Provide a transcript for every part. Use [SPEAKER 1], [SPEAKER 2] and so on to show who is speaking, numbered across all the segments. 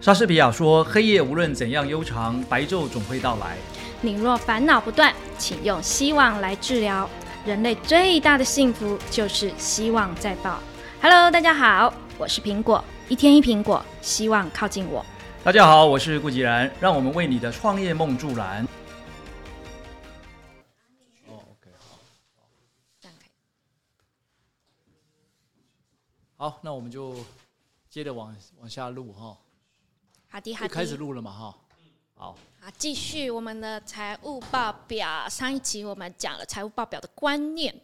[SPEAKER 1] 莎士比亚说：“黑夜无论怎样悠长，白昼总会到来。
[SPEAKER 2] 你若烦恼不断，请用希望来治疗。人类最大的幸福就是希望在爆。Hello，大家好，我是苹果，一天一苹果，希望靠近我。”
[SPEAKER 1] 大家好，我是顾吉然，让我们为你的创业梦助燃。好，那我们就接着往往下录哈，
[SPEAKER 2] 好的，好的，
[SPEAKER 1] 就开始录了嘛哈。
[SPEAKER 2] 嗯
[SPEAKER 1] 好，
[SPEAKER 2] 好，继续我们的财务报表。上一集我们讲了财务报表的观念。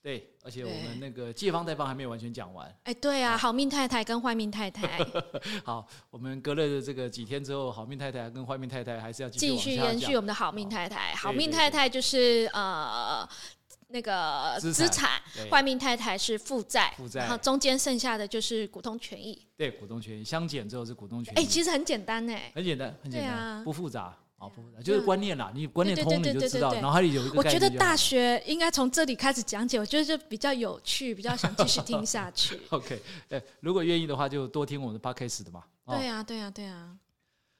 [SPEAKER 1] 对，而且我
[SPEAKER 2] 对
[SPEAKER 1] 们那个借方贷方还没有完全讲完。
[SPEAKER 2] 哎，对啊，好命太太跟坏命太太
[SPEAKER 1] 好，我们隔了这个几天之后，好命太太跟坏命太太还是要
[SPEAKER 2] 继
[SPEAKER 1] 继
[SPEAKER 2] 续
[SPEAKER 1] 续往
[SPEAKER 2] 延
[SPEAKER 1] 下
[SPEAKER 2] 续
[SPEAKER 1] 讲。
[SPEAKER 2] 我们的好命太太。好
[SPEAKER 1] 对
[SPEAKER 2] 命
[SPEAKER 1] 对
[SPEAKER 2] 太太就是呃那个
[SPEAKER 1] 资
[SPEAKER 2] 资
[SPEAKER 1] 产
[SPEAKER 2] 产，
[SPEAKER 1] 对
[SPEAKER 2] 坏命太太是负债，
[SPEAKER 1] 负债
[SPEAKER 2] 然后中间剩下的就是股东权益。
[SPEAKER 1] 对，股东权益相减之后是股东权益。
[SPEAKER 2] 哎，其实很简单哎，
[SPEAKER 1] 很简单，很简
[SPEAKER 2] 对
[SPEAKER 1] 单，
[SPEAKER 2] 啊
[SPEAKER 1] 不复杂啊，不复杂，
[SPEAKER 2] 啊
[SPEAKER 1] 就是观念啦。你观念通，
[SPEAKER 2] 对对
[SPEAKER 1] 你
[SPEAKER 2] 对
[SPEAKER 1] 就知道
[SPEAKER 2] 对对对对
[SPEAKER 1] 脑海里有一个
[SPEAKER 2] 我
[SPEAKER 1] 概
[SPEAKER 2] 觉
[SPEAKER 1] 念
[SPEAKER 2] 得
[SPEAKER 1] 就好
[SPEAKER 2] 大学应该从这里开始讲解，我觉得就比较有趣，比较想继续听下去。
[SPEAKER 1] OK，呃，如果愿意的话，就多听我们的 podcast 的嘛。 哦
[SPEAKER 2] 对啊，对啊，对啊，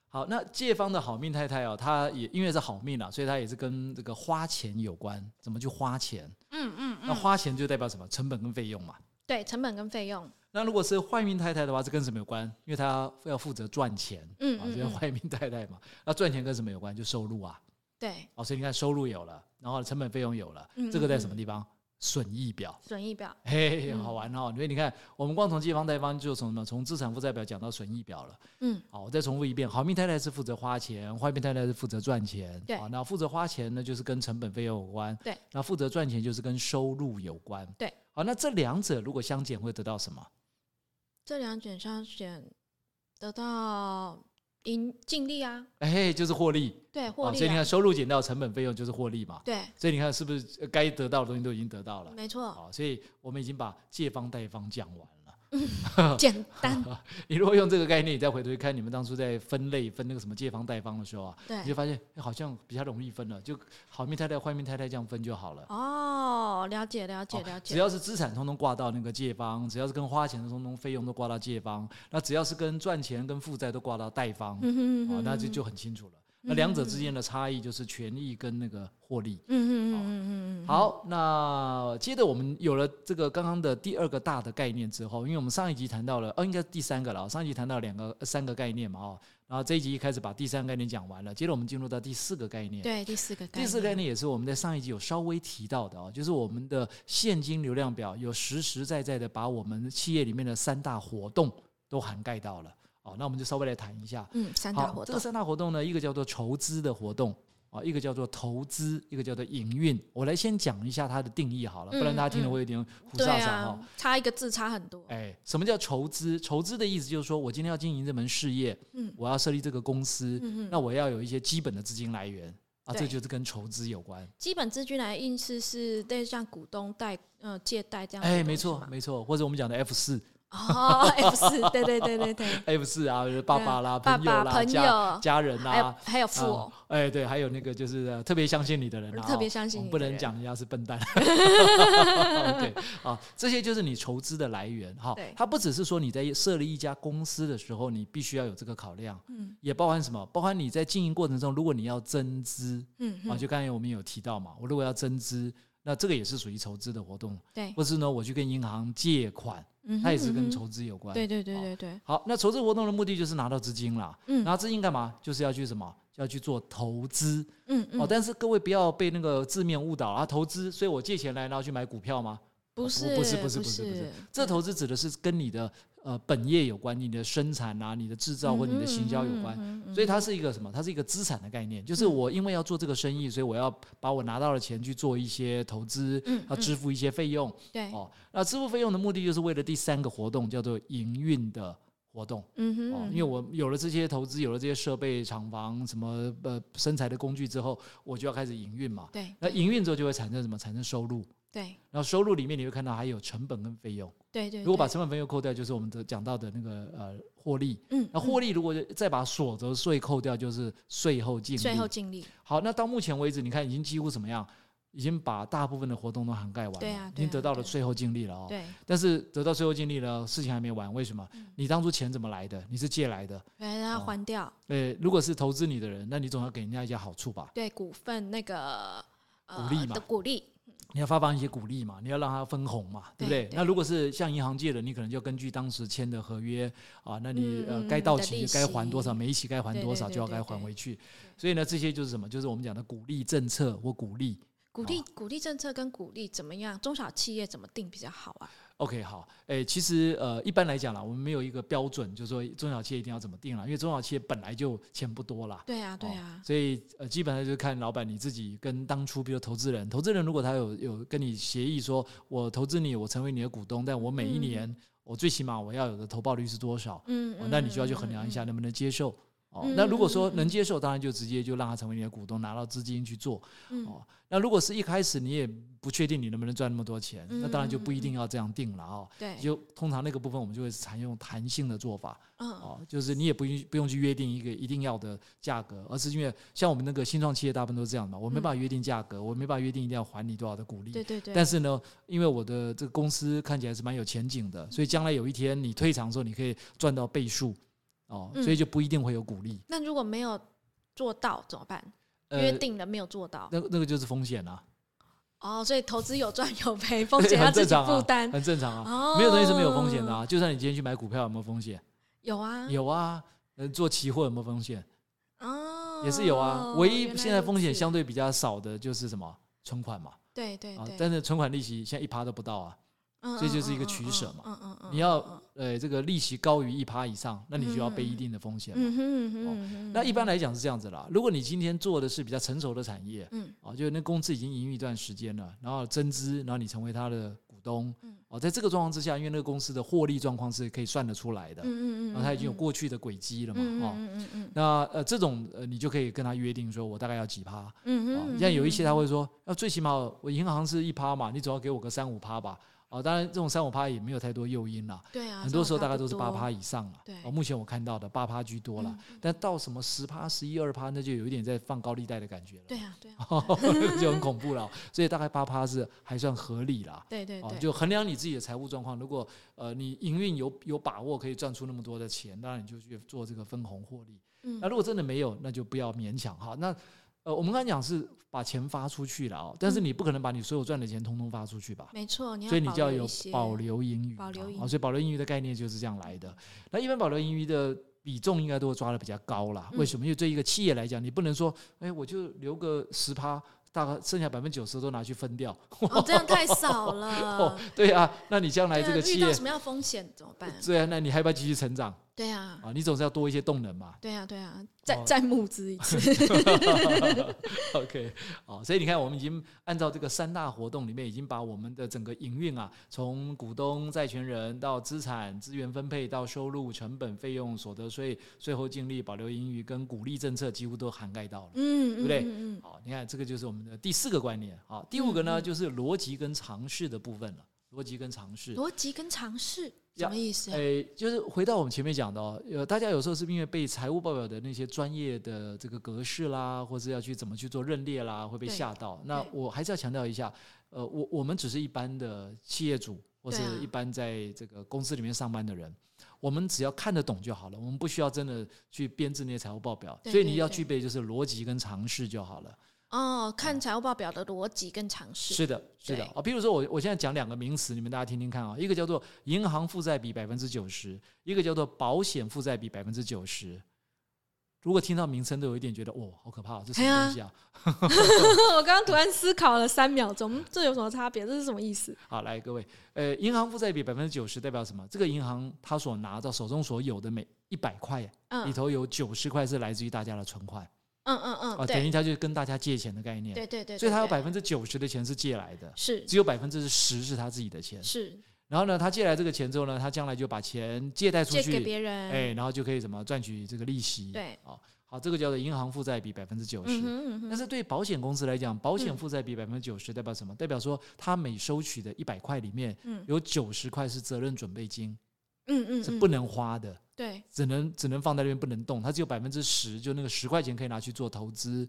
[SPEAKER 1] 好，那借方的好命太太哦，她也因为是好命啦，所以她也是跟这个花钱有关，怎么去花钱？
[SPEAKER 2] 嗯嗯
[SPEAKER 1] 那
[SPEAKER 2] 嗯，
[SPEAKER 1] 花钱就代表什么？成本跟费用嘛。
[SPEAKER 2] 对，成本跟费用，
[SPEAKER 1] 那如果是坏命太太的话，是跟什么有关？因为她要负责赚钱，
[SPEAKER 2] 嗯
[SPEAKER 1] 啊，
[SPEAKER 2] 嗯
[SPEAKER 1] 就是
[SPEAKER 2] 嗯，
[SPEAKER 1] 坏命太太嘛。那赚钱跟什么有关？就收入啊。
[SPEAKER 2] 对，
[SPEAKER 1] 哦，所以你看收入有了，然后成本费用有了，
[SPEAKER 2] 嗯
[SPEAKER 1] 这个在
[SPEAKER 2] 嗯
[SPEAKER 1] 什么地方？损益表。
[SPEAKER 2] 损益表，
[SPEAKER 1] 嘿，
[SPEAKER 2] 嗯
[SPEAKER 1] 好玩哦！因为你看，我们光从借方贷方就从什么，从资产负债表讲到损益表了。
[SPEAKER 2] 嗯，
[SPEAKER 1] 好，我再重复一遍：好命太太是负责花钱，坏命太太是负责赚钱。
[SPEAKER 2] 对
[SPEAKER 1] 好，那负责花钱呢，就是跟成本费用有关。
[SPEAKER 2] 对，
[SPEAKER 1] 那负责赚钱就是跟收入有关。
[SPEAKER 2] 对，
[SPEAKER 1] 好，那这两者如果相减会得到什么？
[SPEAKER 2] 这两卷上选得到盈净利啊，
[SPEAKER 1] 哎，就是获利。
[SPEAKER 2] 对，
[SPEAKER 1] 啊
[SPEAKER 2] 获
[SPEAKER 1] 所
[SPEAKER 2] 利
[SPEAKER 1] 以你
[SPEAKER 2] 啊
[SPEAKER 1] 看，，收入减掉成本费用就是获利嘛。
[SPEAKER 2] 对，
[SPEAKER 1] 所以你看，是不是呃该得到的东西都已经得到了？
[SPEAKER 2] 没错，
[SPEAKER 1] 好，所以我们已经把借方贷方讲完了。哦
[SPEAKER 2] 简 单，
[SPEAKER 1] 你如果用这个概念，你再回头去看你们当初在分类分那个什么借方贷方的时候啊，你
[SPEAKER 2] 对
[SPEAKER 1] 就，发现、哎好像比较容易分了，就好命太太、坏命太太这样分就好了。
[SPEAKER 2] 哦，了解，了解，
[SPEAKER 1] 哦
[SPEAKER 2] 了
[SPEAKER 1] 只
[SPEAKER 2] 解，
[SPEAKER 1] 要是资产通通挂到那个借方，只要是跟花钱的通通费用都挂到借方，那只要是跟赚钱跟负债都挂到贷方，
[SPEAKER 2] 嗯哼
[SPEAKER 1] 哦，
[SPEAKER 2] 哼
[SPEAKER 1] 那就
[SPEAKER 2] 哼
[SPEAKER 1] 就很清楚了。那两者之间的差异就是权益跟那个获利。
[SPEAKER 2] 嗯嗯嗯嗯嗯，
[SPEAKER 1] 好，那接着我们有了这个刚刚的第二个大的概念之后，因为我们上一集谈到了，哦，应该是第三个了哦，上一集谈到两个、呃三个概念嘛，哦，然后这一集开始把第三个概念讲完了，接着我们进入到第四个概念。
[SPEAKER 2] 对，第四个概
[SPEAKER 1] 第
[SPEAKER 2] 念，
[SPEAKER 1] 四个概念也是我们在上一集有稍微提到的哦，就是我们的现金流量表有实实在在的把我们企业里面的三大活动都涵盖到了。哦，那我们就稍微来谈一下。
[SPEAKER 2] 嗯，三大
[SPEAKER 1] 好，
[SPEAKER 2] 活
[SPEAKER 1] 这
[SPEAKER 2] 动
[SPEAKER 1] 个，三大活动呢，一个叫做筹资的活动啊，一个叫做投资，一个叫做营运。我来先讲一下它的定义好了，不然
[SPEAKER 2] 嗯
[SPEAKER 1] 大家听了
[SPEAKER 2] 嗯
[SPEAKER 1] 会有点胡
[SPEAKER 2] 对
[SPEAKER 1] 哨哨哈。
[SPEAKER 2] 啊，差一个字差很多，
[SPEAKER 1] 哎，什么叫筹资？筹资的意思就是说我今天要经营这门事业，
[SPEAKER 2] 嗯
[SPEAKER 1] 我要设立这个公司，
[SPEAKER 2] 嗯嗯，
[SPEAKER 1] 那我要有一些基本的资金来源啊，这
[SPEAKER 2] 对
[SPEAKER 1] 就是跟筹资有关。
[SPEAKER 2] 基本资金来意思是类似像股东贷、呃借贷这样，
[SPEAKER 1] 哎，没错，，没错，或者我们讲的 F 四、
[SPEAKER 2] 哦，F 四，对对对对对，
[SPEAKER 1] F 四啊， 爸爸啦、
[SPEAKER 2] 爸
[SPEAKER 1] 朋友
[SPEAKER 2] 爸、
[SPEAKER 1] 啦、
[SPEAKER 2] 朋
[SPEAKER 1] 家
[SPEAKER 2] 友，
[SPEAKER 1] 家人啦、
[SPEAKER 2] 还有还有父
[SPEAKER 1] 哦
[SPEAKER 2] 偶，
[SPEAKER 1] 哎，对，还有那个就是呃特别相信你的人啊，
[SPEAKER 2] 特别相信
[SPEAKER 1] 我们
[SPEAKER 2] 你
[SPEAKER 1] 不
[SPEAKER 2] 的
[SPEAKER 1] 能
[SPEAKER 2] 人
[SPEAKER 1] 讲人家是 笨蛋。对啊，这些就是你筹资的来源哈
[SPEAKER 2] 对。
[SPEAKER 1] 它不只是说你在设立一家公司的时候，你必须要有这个考量，
[SPEAKER 2] 嗯
[SPEAKER 1] 也包含什么？包含你在经营过程中，如果你要增资
[SPEAKER 2] 嗯
[SPEAKER 1] 啊，
[SPEAKER 2] 嗯，
[SPEAKER 1] 就刚才我们有提到嘛，我如果要增资，那这个也是属于筹资的活动，
[SPEAKER 2] 对，
[SPEAKER 1] 或是呢，我去跟银行借款，
[SPEAKER 2] 嗯哼
[SPEAKER 1] 它也是
[SPEAKER 2] 嗯
[SPEAKER 1] 跟
[SPEAKER 2] 哼
[SPEAKER 1] 筹资有关。
[SPEAKER 2] 对对对对对，
[SPEAKER 1] 好，那筹资活动的目的就是拿到资金啦。
[SPEAKER 2] 嗯
[SPEAKER 1] 拿资金干嘛？就是要去什么？要去做投资
[SPEAKER 2] 嗯嗯
[SPEAKER 1] 哦。，但是各位不要被那个字面误导啊，投资，所以我借钱来，然后去买股票吗？
[SPEAKER 2] 不
[SPEAKER 1] 不
[SPEAKER 2] 是
[SPEAKER 1] 不是不是
[SPEAKER 2] 不
[SPEAKER 1] 不是不是
[SPEAKER 2] 是，
[SPEAKER 1] 这投资指的是跟你的呃本业有关，你的生产啊、你的制造或你的行销有关。
[SPEAKER 2] 关
[SPEAKER 1] 所以它是一个什么？它是一个资产的概念，就是
[SPEAKER 2] 嗯
[SPEAKER 1] 我因为要做这个生意，所以我要把我拿到的钱去做一些投资，
[SPEAKER 2] 嗯
[SPEAKER 1] 要支付一些费用
[SPEAKER 2] 对，
[SPEAKER 1] 哦。那支付费用的目的就是为了第三个活动，叫做营运的活动。
[SPEAKER 2] 嗯哼
[SPEAKER 1] 哦
[SPEAKER 2] 嗯，
[SPEAKER 1] 因为
[SPEAKER 2] 哼
[SPEAKER 1] 我有了这些投资，有了这些设备、厂房、什么呃生产的工具之后，我就要开始营运嘛。
[SPEAKER 2] 嗯对
[SPEAKER 1] 那营运之后就会产生什么？产生收入。
[SPEAKER 2] 对
[SPEAKER 1] 然后收入里面你会看到还有成本跟费用。
[SPEAKER 2] 对对，
[SPEAKER 1] 如果把
[SPEAKER 2] 对
[SPEAKER 1] 成本费用扣掉，就是我们的讲到的那个呃获利。
[SPEAKER 2] 嗯
[SPEAKER 1] 那获利如果再把所得税扣掉，就是税后净
[SPEAKER 2] 最后
[SPEAKER 1] 利。
[SPEAKER 2] 尽力，
[SPEAKER 1] 好，那到目前为止，你看已经几乎怎么样？已经把大部分的活动都涵盖完了，
[SPEAKER 3] 对啊
[SPEAKER 1] 已经
[SPEAKER 3] 对啊
[SPEAKER 1] 得到了
[SPEAKER 3] 对啊
[SPEAKER 1] 最后尽力了哦。
[SPEAKER 3] 对嗯
[SPEAKER 1] 但是得到最后尽力了，事情还没完，为什么？你当初钱怎么来的？你是借来的，
[SPEAKER 3] 原来要
[SPEAKER 1] 哦
[SPEAKER 3] 还掉
[SPEAKER 1] 呃，如果是投资你的人，那你总要给人家一些好处吧？
[SPEAKER 3] 对股份那个呃
[SPEAKER 1] 鼓励嘛
[SPEAKER 3] 的鼓励，
[SPEAKER 1] 你要发放一些鼓励嘛，你要让他分红嘛，对不对？
[SPEAKER 3] 对对
[SPEAKER 1] 那如果是像银行借的，你可能就根据当时签的合约啊，那你、
[SPEAKER 3] 嗯
[SPEAKER 1] 呃
[SPEAKER 3] 嗯
[SPEAKER 1] 该到
[SPEAKER 3] 的
[SPEAKER 1] 期
[SPEAKER 3] 利
[SPEAKER 1] 该还多少，
[SPEAKER 3] 息
[SPEAKER 1] 每一期该还
[SPEAKER 3] 对
[SPEAKER 1] 多
[SPEAKER 3] 对
[SPEAKER 1] 少
[SPEAKER 3] 对
[SPEAKER 1] 就要
[SPEAKER 3] 对
[SPEAKER 1] 该
[SPEAKER 3] 对
[SPEAKER 1] 还回去。所以呢，这些就是什么？就是我们讲的鼓励政策或鼓励。
[SPEAKER 3] 鼓
[SPEAKER 1] 哦
[SPEAKER 3] 励鼓励政策跟鼓励怎么样？中小企业怎么定比较好啊？
[SPEAKER 1] OK，好，诶，其实呃，一般来讲啦，我们没有一个标准，就是说中小企业一定要怎么定啦，因为中小企业本来就钱不多啦。
[SPEAKER 3] 对啊，对
[SPEAKER 1] 哦
[SPEAKER 3] 啊，
[SPEAKER 1] 所以呃，基本上就是看老板你自己跟当初，比如投资人，投资人如果他有有跟你协议说，我投资你，我成为你的股东，但我每一
[SPEAKER 3] 嗯
[SPEAKER 1] 年、我最起码我要有的投报率是多少、
[SPEAKER 3] 嗯
[SPEAKER 1] 哦，那你就要去衡量一下
[SPEAKER 3] 嗯嗯
[SPEAKER 1] 能不能接受。哦，
[SPEAKER 3] 嗯
[SPEAKER 1] 那如果
[SPEAKER 3] 嗯
[SPEAKER 1] 说
[SPEAKER 3] 嗯
[SPEAKER 1] 能
[SPEAKER 3] 嗯
[SPEAKER 1] 接受，当然就直接就让他成为你的股东，拿到资金去做。
[SPEAKER 3] 嗯
[SPEAKER 1] 哦，那如果是一开始你也不确定你能不能赚那么多钱，那当然就不一
[SPEAKER 3] 嗯嗯嗯
[SPEAKER 1] 定要这样定了哦。
[SPEAKER 3] 对，
[SPEAKER 1] 就通常那个部分，我们就会采用弹性的做法。
[SPEAKER 3] 嗯，
[SPEAKER 1] 哦，就是你也不用不用去约定一个一定要的价格，而是因为像我们那个新创企业大部分都是这样嘛，我没办法约定价格，我没办法约定一定要还你多少的鼓励
[SPEAKER 3] 嗯对。对对，
[SPEAKER 1] 但是呢，因为我的这个公司看起来是蛮有前景的，所以将来有一天你退场的时候，你可以赚到倍数哦，
[SPEAKER 3] 嗯
[SPEAKER 1] 所以就不一定会有鼓励。
[SPEAKER 3] 那如果没有做到怎么办？
[SPEAKER 1] 呃
[SPEAKER 3] 约，定了没有做到，
[SPEAKER 1] 那那个就是风险啊，
[SPEAKER 3] 哦，所以投资有赚有 赔， 风
[SPEAKER 1] 对
[SPEAKER 3] 险要
[SPEAKER 1] 很
[SPEAKER 3] 自
[SPEAKER 1] 正
[SPEAKER 3] 己
[SPEAKER 1] 常
[SPEAKER 3] 负
[SPEAKER 1] 啊，
[SPEAKER 3] 担。
[SPEAKER 1] 很正常啊，
[SPEAKER 3] 哦，
[SPEAKER 1] 没有东西是没有风险的。啊。就算你今天去买股票，有没有风险？
[SPEAKER 3] 有啊，
[SPEAKER 1] 有啊。呃，做期货有没有风险？
[SPEAKER 3] 哦，
[SPEAKER 1] 也是有啊。唯一
[SPEAKER 3] 原来
[SPEAKER 1] 现在
[SPEAKER 3] 如
[SPEAKER 1] 风险
[SPEAKER 3] 此
[SPEAKER 1] 相对比较少的就是什么存款嘛。
[SPEAKER 3] 对对
[SPEAKER 1] 啊
[SPEAKER 3] 对，，
[SPEAKER 1] 但是存款利息现在一趴都不到啊，
[SPEAKER 3] 嗯
[SPEAKER 1] 所以
[SPEAKER 3] 嗯
[SPEAKER 1] 就是一个
[SPEAKER 3] 嗯
[SPEAKER 1] 取
[SPEAKER 3] 嗯
[SPEAKER 1] 舍嘛
[SPEAKER 3] 嗯嗯嗯，
[SPEAKER 1] 你要
[SPEAKER 3] 嗯
[SPEAKER 1] 呃这个利息高于一趴以上，那你就要背一
[SPEAKER 3] 嗯
[SPEAKER 1] 定的风险嘛。
[SPEAKER 3] 嗯哼嗯哼嗯哼，
[SPEAKER 1] 那一般来讲是这样子啦，如果你今天做的是比较成熟的产业，
[SPEAKER 3] 嗯
[SPEAKER 1] 啊，就是那公司已经营运一段时间了，然后增资，然后你成为它的股东
[SPEAKER 3] 嗯，
[SPEAKER 1] 哦，在这个状况之下，因为那个公司的获利状况是可以算得出来的，
[SPEAKER 3] 嗯嗯嗯，
[SPEAKER 1] 然后它已经有
[SPEAKER 3] 嗯
[SPEAKER 1] 过去的轨迹了嘛，
[SPEAKER 3] 嗯
[SPEAKER 1] 哦，
[SPEAKER 3] 嗯嗯嗯
[SPEAKER 1] 那呃这种呃你就可以跟他约定说，我大概要几趴，
[SPEAKER 3] 嗯
[SPEAKER 1] 啊
[SPEAKER 3] 嗯，，
[SPEAKER 1] 像有一些他会说，那最起码我银行是一趴嘛，你总要给我个三五趴吧。啊，当然这种三五趴也没有太多诱因啦，
[SPEAKER 3] 对啊，
[SPEAKER 1] 很多时候大概都是
[SPEAKER 3] 差
[SPEAKER 1] 八
[SPEAKER 3] 不多
[SPEAKER 1] 趴以上了。
[SPEAKER 3] 对嗯
[SPEAKER 1] 哦，目前我看到的八趴居多啦，但到什么十趴、十一、二趴，那就有一点在放高利贷的感觉了。
[SPEAKER 3] 对啊对啊
[SPEAKER 1] 就很恐怖了。所以大概八趴是还算合理啦。
[SPEAKER 3] 对对
[SPEAKER 1] 啊，
[SPEAKER 3] 对，
[SPEAKER 1] 就衡量你自己的财务状况。如果呃你营运有有把握可以赚出那么多的钱，当然你就去做这个分红获利。
[SPEAKER 3] 嗯
[SPEAKER 1] 那如果真的没有，那就不要勉强哈。那呃，我们刚才讲是把钱发出去了哦，但是
[SPEAKER 3] 嗯
[SPEAKER 1] 你不可能把你所有赚的钱通通发出去吧？
[SPEAKER 3] 没错，嗯你
[SPEAKER 1] 所以你就要
[SPEAKER 3] 保留
[SPEAKER 1] 有
[SPEAKER 3] 一些
[SPEAKER 1] 保留盈余嘛，
[SPEAKER 3] 保留盈
[SPEAKER 1] 啊，所以保留盈余的概念就是这样来的。那一般保留盈余的比重应该都会抓的比较高啦。
[SPEAKER 3] 嗯
[SPEAKER 1] 为什么？因为对一个企业来讲，你不能说，哎，我就留个十趴，大概剩下百分之九十都拿去分掉。
[SPEAKER 3] 哦，这样太少
[SPEAKER 1] 哦
[SPEAKER 3] 了。，
[SPEAKER 1] 对啊，那你将来
[SPEAKER 3] 对
[SPEAKER 1] 这
[SPEAKER 3] 啊，
[SPEAKER 1] 个
[SPEAKER 3] 遇
[SPEAKER 1] 企
[SPEAKER 3] 到
[SPEAKER 1] 业，
[SPEAKER 3] 什么样的风险怎么办？
[SPEAKER 1] 对啊，那你还要不要继续成长
[SPEAKER 3] 对啊，
[SPEAKER 1] 啊？你总是要多一些动能嘛。
[SPEAKER 3] 对啊，对啊，再
[SPEAKER 1] 哦
[SPEAKER 3] 再募资一次。
[SPEAKER 1] OK，好，所以你看，我们已经按照这个三大活动里面，已经把我们的整个营运啊，从股东、债权人到资产、资源分配到收入、成本、费用、所得税、税后净利、保留盈余跟鼓励政策，几乎都涵盖到了。
[SPEAKER 3] 嗯，
[SPEAKER 1] 对不对
[SPEAKER 3] 嗯嗯
[SPEAKER 1] 好，你看这个就是我们的第四个观念。好，第五个呢，
[SPEAKER 3] 嗯嗯
[SPEAKER 1] 就是逻辑跟尝试的部分了。逻辑跟尝试
[SPEAKER 3] 嗯，，逻辑跟尝试什
[SPEAKER 1] 呀
[SPEAKER 3] 么意思啊？
[SPEAKER 1] 诶，哎就是回到我们前面讲的哦，呃，大家有时候是因为被财务报表的那些专业的这个格式啦，或是要去怎么去做认列啦，会被
[SPEAKER 3] 对
[SPEAKER 1] 吓到。那
[SPEAKER 3] 对
[SPEAKER 1] 我还是要强调一下，呃，我我们只是一般的企业主，或
[SPEAKER 3] 对
[SPEAKER 1] 是
[SPEAKER 3] 啊
[SPEAKER 1] 一般在这个公司里面上班的人，我们只要看得懂就好了，我们不需要真的去编制那些财务报表。
[SPEAKER 3] 对
[SPEAKER 1] 所以你
[SPEAKER 3] 对
[SPEAKER 1] 要
[SPEAKER 3] 对
[SPEAKER 1] 具备就是逻辑跟常识就好了。
[SPEAKER 3] 哦，看财务报表的逻辑跟尝试。
[SPEAKER 1] 是的，是的
[SPEAKER 3] 对
[SPEAKER 1] 啊。比如说我我现在讲两个名词，你们大家听听看啊，一个叫做银行负债比百分之九十，一个叫做保险负债比百分之九十。如果听到名称都有一点觉得，哦，好可怕，这什
[SPEAKER 3] 哎呀
[SPEAKER 1] 么东西啊？
[SPEAKER 3] 我刚刚突然思考了三秒钟，嗯这有什么差别？这是什么意思？
[SPEAKER 1] 好，来各位，呃，银行负债比百分之九十代表什么？这个银行它所拿到手中所有的每一百块
[SPEAKER 3] 嗯
[SPEAKER 1] 里头有九十块是来自于大家的存款
[SPEAKER 3] 嗯嗯嗯，
[SPEAKER 1] 啊，等于
[SPEAKER 3] 对
[SPEAKER 1] 它就是跟大家借钱的概念，
[SPEAKER 3] 对对对，
[SPEAKER 1] 所以它有
[SPEAKER 3] 对嗯
[SPEAKER 1] 百分之九十的钱是借来的，
[SPEAKER 3] 是
[SPEAKER 1] 只有百分之十是他自己的钱。
[SPEAKER 3] 是
[SPEAKER 1] 然后呢，他借来这个钱之后呢，他将来就把钱借贷出
[SPEAKER 3] 借给
[SPEAKER 1] 去，
[SPEAKER 3] 别人，
[SPEAKER 1] 哎，然后就可以什么赚取这个利息。
[SPEAKER 3] 对，
[SPEAKER 1] 哦，好，这个叫做银行负债比百分之九
[SPEAKER 3] 嗯
[SPEAKER 1] 十。
[SPEAKER 3] 哼嗯哼，
[SPEAKER 1] 但是对保险公司来讲，保险
[SPEAKER 3] 嗯
[SPEAKER 1] 负债比百分之九十代表什么？代表说他每收取的一百块里面
[SPEAKER 3] 嗯
[SPEAKER 1] 有九十块是责任准备金，
[SPEAKER 3] 嗯嗯
[SPEAKER 1] 是
[SPEAKER 3] 嗯
[SPEAKER 1] 不能花的，
[SPEAKER 3] 对
[SPEAKER 1] 只能只能放在那边不能动。它只有百分之十，就那个十块钱可以拿去做投资